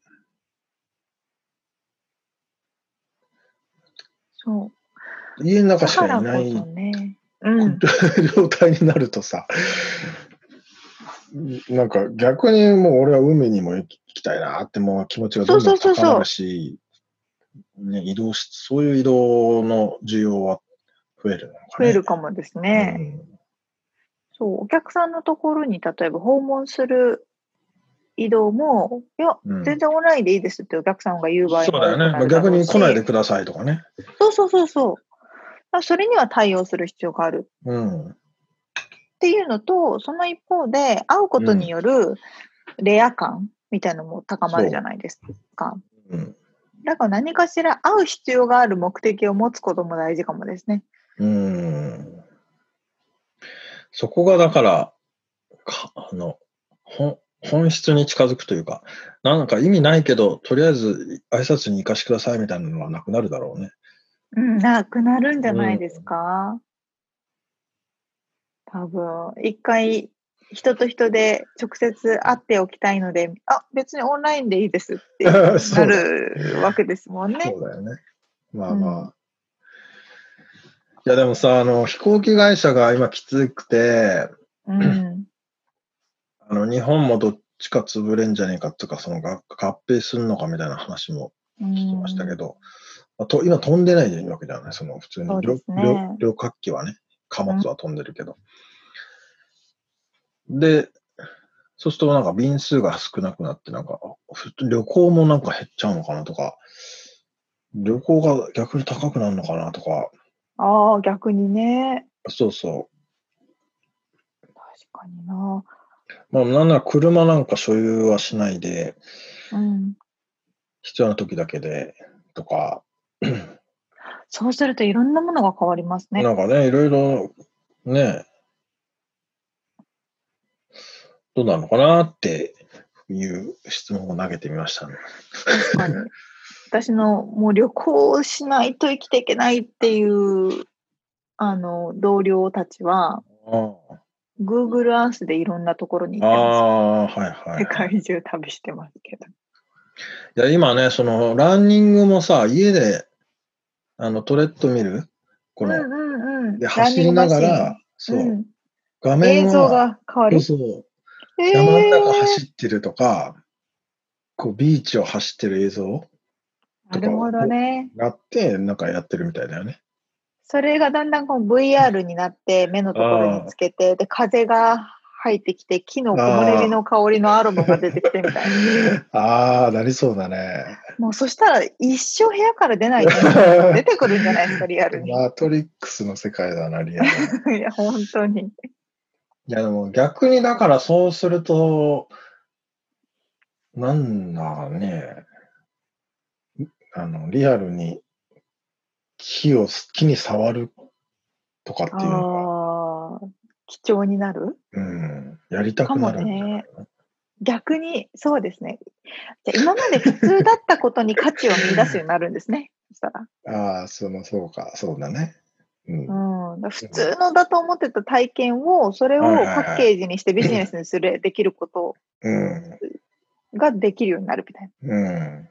Speaker 2: そう。
Speaker 3: 家の中
Speaker 2: だ
Speaker 3: し
Speaker 2: か
Speaker 3: からいな
Speaker 2: こ
Speaker 3: い
Speaker 2: そね。うん。
Speaker 3: 状態になるとさ、なんか逆にもう俺は海にも行きたいなってもう気持ちがどんどん
Speaker 2: そうそうそう
Speaker 3: 高
Speaker 2: そう
Speaker 3: まるし、ね、移動し、そういう移動の需要は増えるのかね。
Speaker 2: 増えるかもですね。
Speaker 3: うん
Speaker 2: そう、お客さんのところに例えば訪問する移動も、いや、
Speaker 3: うん
Speaker 2: 全然オンラインでいいですってお客さんが言う場合
Speaker 3: そう
Speaker 2: も
Speaker 3: だよね。
Speaker 2: 多く
Speaker 3: ま
Speaker 2: な
Speaker 3: あ
Speaker 2: るだ
Speaker 3: 逆
Speaker 2: ろう
Speaker 3: に
Speaker 2: し
Speaker 3: 来ないでくださいとかね。
Speaker 2: そうそうそうそう。だからそれには対応する必要がある
Speaker 3: うん。
Speaker 2: っていうのと、その一方で、会うことによるレア感みたいなのも高まるじゃないですか。
Speaker 3: うん。
Speaker 2: だから何かしら会う必要がある目的を持つことも大事かもですね。
Speaker 3: うん。そこがだから、かあの、本、本質に近づくというか、なんか意味ないけど、とりあえず挨拶に行かしてくださいみたいなのはなくなるだろうね。
Speaker 2: うん、なくなるんじゃないですか。多分、一回、人と人で直接会っておきたいので、あ、別にオンラインでいいですって
Speaker 3: そ
Speaker 2: な
Speaker 3: うだ
Speaker 2: るわけですもんね
Speaker 3: そ。うだよね。まあまあ。いやでもさ、あの、飛行機会社が今きつくて、
Speaker 2: うん。
Speaker 3: あの、日本もどっちか潰れんじゃねえかとか、そのが合併するのかみたいな話も
Speaker 2: う
Speaker 3: 聞き
Speaker 2: ん
Speaker 3: ましたけど、まあと今飛んでないでいいわけじゃない、その普通に
Speaker 2: そう
Speaker 3: 旅
Speaker 2: ですね
Speaker 3: 旅旅客機はね、貨物は飛んでるけど。で、そうするとなんか便数が少なくなって、なんかふ旅行もなんか減っちゃうのかなとか、旅行が逆に高くなるのかなとか、
Speaker 2: ああ、逆にね。
Speaker 3: そうそ
Speaker 2: 確かにな。
Speaker 3: う。まあなんなら車なんか所有はしないで、
Speaker 2: うん。
Speaker 3: 必要な時だけでとか、
Speaker 2: そうするといろんなものが変わりますね。
Speaker 3: なんかね、いろいろ、ね、どうなのかなっていう質問を投げてみましたね。
Speaker 2: 確かに。私のもう旅行をしないと生きていけないっていう、あの、同僚たちは、
Speaker 3: あ
Speaker 2: Google Earth でいろんなところに
Speaker 3: あ、
Speaker 2: 行ってま
Speaker 3: ああはいは
Speaker 2: す。
Speaker 3: い
Speaker 2: 世
Speaker 3: はい。
Speaker 2: 界中旅してますけど。
Speaker 3: いや、今ね、その、ランニングもさ、家で、あの、トレッドミルこ
Speaker 2: うん
Speaker 3: の、
Speaker 2: うんうん。
Speaker 3: で、走りな
Speaker 2: ラ
Speaker 3: が
Speaker 2: ンニングマ
Speaker 3: ら、
Speaker 2: シ
Speaker 3: そう、
Speaker 2: ンうん
Speaker 3: 画面
Speaker 2: 映像
Speaker 3: は、
Speaker 2: が変わ
Speaker 3: そう
Speaker 2: る。
Speaker 3: そう、
Speaker 2: え
Speaker 3: 山の中
Speaker 2: ー
Speaker 3: 走ってるとか、こう、ビーチを走ってる映像
Speaker 2: なるほどね。
Speaker 3: があって、なんかやってるみたいだよね。
Speaker 2: それがだんだんこう VR になって、目のところにつけて、で、風が入ってきて、木の木漏れ日の香りのアロマが出てきてみたいな。
Speaker 3: ああ、なりそうだね。
Speaker 2: もうそしたら一生部屋から出ないと思う出てくるんじゃないですか、リアルに。
Speaker 3: マトリックスの世界だな、リアル な。
Speaker 2: いや、本当に。
Speaker 3: いや、でも逆にだからそうすると、なんだね、あの、リアルに木を、木に触るとかっていうのが、
Speaker 2: ああ、貴重になる
Speaker 3: うん、やりたくなるんじゃないの
Speaker 2: 逆に、そうですね。じゃあ今まで普通だったことに価値を見出すようになるんですね。そしたら。
Speaker 3: ああ、その、そうか、そうだね。うん。
Speaker 2: うん、だから普通のだと思ってた体験を、それをパッケージにしてビジネスにする、できること
Speaker 3: うん。
Speaker 2: ができるようになるみたいな。
Speaker 3: うん。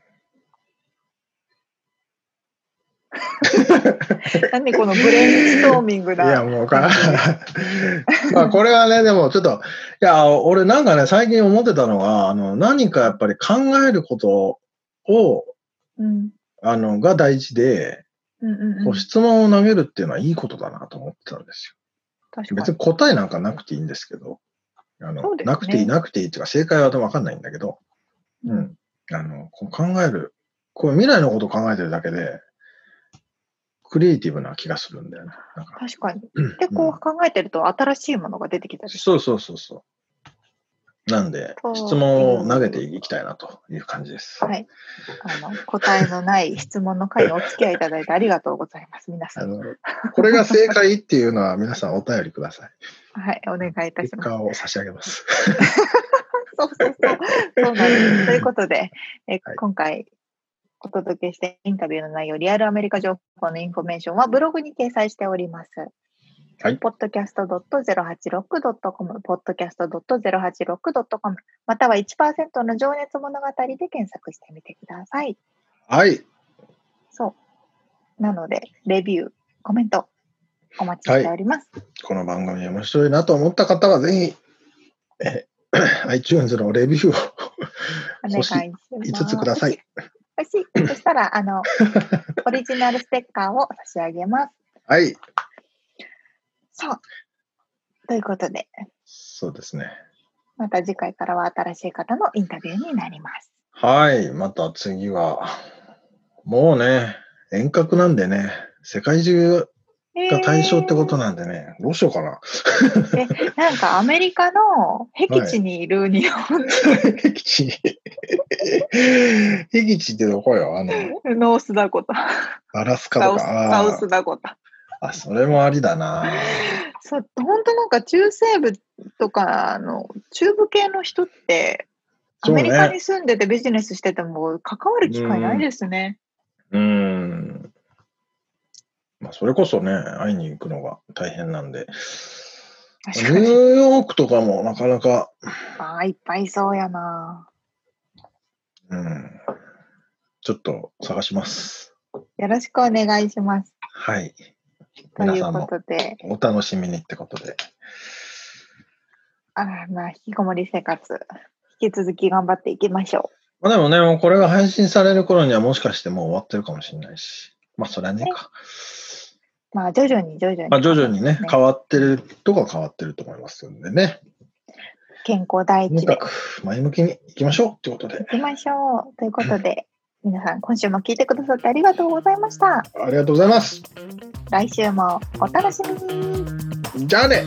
Speaker 2: 何このブレインストーミング
Speaker 3: いや、
Speaker 2: な。
Speaker 3: もうわからんまあ、これはね、でもちょっと、いや、俺なんかね、最近思ってたのが、あの、何かやっぱり考えることを、
Speaker 2: うん。
Speaker 3: あの、が大事で、
Speaker 2: うんうん
Speaker 3: こ
Speaker 2: うん
Speaker 3: う。質問を投げるっていうのはいいことだなと思ってたんです
Speaker 2: 確
Speaker 3: よ。
Speaker 2: か
Speaker 3: 別
Speaker 2: に。
Speaker 3: に答えなんかなくていいんですけど、あの、
Speaker 2: そうですね
Speaker 3: なくていいなくていいっていうか正解はわかんないんだけど、う
Speaker 2: うん
Speaker 3: ん。あの、こう考える、こう未来のことを考えてるだけで、クリエイティブな気がするんだよね。なんか
Speaker 2: 確かに。
Speaker 3: うん
Speaker 2: で、こ
Speaker 3: うん
Speaker 2: う考えてると新しいものが出てきたり
Speaker 3: そうそうそうそう。なんで、
Speaker 2: そう
Speaker 3: 質問を投げていきたいなという感じです。
Speaker 2: はい。あの、答えのない質問の回にお付き合いいただいてありがとうございます。皆
Speaker 3: あ
Speaker 2: さん。
Speaker 3: の、これが正解っていうのは皆さんお便りください。
Speaker 2: はい。お願いいたし
Speaker 3: 結
Speaker 2: ます。
Speaker 3: 果を差し上げます。
Speaker 2: そうそうそう。そうなんです。ということで、え
Speaker 3: はい
Speaker 2: 今回お届けしてインタビューの内容、リアルアメリカ情報のインフォメーションはブログに掲載しております。
Speaker 3: はい。
Speaker 2: podcast.086.com、podcast.086.com、または1%の情熱物語で検索してみてください。
Speaker 3: はい。
Speaker 2: そう。なので、レビュー、コメント、お待ちしております。
Speaker 3: この番組面白いなと思った方は、ぜひ、え iTunes のレビューを
Speaker 2: お願いし
Speaker 3: 星
Speaker 2: ます。
Speaker 3: 5つください。
Speaker 2: 欲しい。そしたら、あ の、オリジナルステッカーを差し上げます。
Speaker 3: はい。
Speaker 2: そう。ということで、
Speaker 3: そうですね。
Speaker 2: また次回からは新しい方のインタビューになります。
Speaker 3: はい。また次は、もうね、遠隔なんでね、世界中が対象ってことなんでね、どうしようかな。
Speaker 2: えーえなんかアメリカの僻地にいる日本
Speaker 3: 僻地に。僻地ってどこよあの、
Speaker 2: のノースダコタ、
Speaker 3: アラスカ
Speaker 2: サ
Speaker 3: と
Speaker 2: ウス
Speaker 3: か。
Speaker 2: サウ
Speaker 3: あ
Speaker 2: スダコタ。
Speaker 3: あ、それもありだな。
Speaker 2: そう、本当なんか中西部とかの中部系の人って、ア
Speaker 3: そう
Speaker 2: メリカ
Speaker 3: ね
Speaker 2: に。住んでてビジネスしてても関わる機会ないですね。
Speaker 3: うん。まあ、それこそね、会いに行くのが大変なんで。ニ
Speaker 2: 確
Speaker 3: ュ
Speaker 2: か
Speaker 3: ー
Speaker 2: に。
Speaker 3: ヨークとかもなかなか、
Speaker 2: ああ、いっぱいいそうやな。
Speaker 3: うん、ちょっと探します。
Speaker 2: よろしくお願いします。
Speaker 3: はい。
Speaker 2: と
Speaker 3: 皆
Speaker 2: いう
Speaker 3: さん
Speaker 2: こ
Speaker 3: も
Speaker 2: とで、
Speaker 3: お楽しみにってことで。
Speaker 2: あーまあ、引きこもり生活、引き続き頑張っていきましょ
Speaker 3: まあでもね、もうこれが配信される頃にはもしかしてもう終わってるかもしれないし。まあそれはねえか。
Speaker 2: う。まあ、徐々に徐々に。
Speaker 3: まあ徐々にね、変
Speaker 2: 変わ
Speaker 3: わってるとか変わってると思いますんでね。
Speaker 2: 健康第
Speaker 3: とに
Speaker 2: 一
Speaker 3: か
Speaker 2: で
Speaker 3: く前向きに行きましょうってことで
Speaker 2: い。きましょう。ということで、皆さん、今週も聞いてくださってありがとうございました。
Speaker 3: ありがとうございます。
Speaker 2: 来週もお楽しみに。
Speaker 3: じゃあね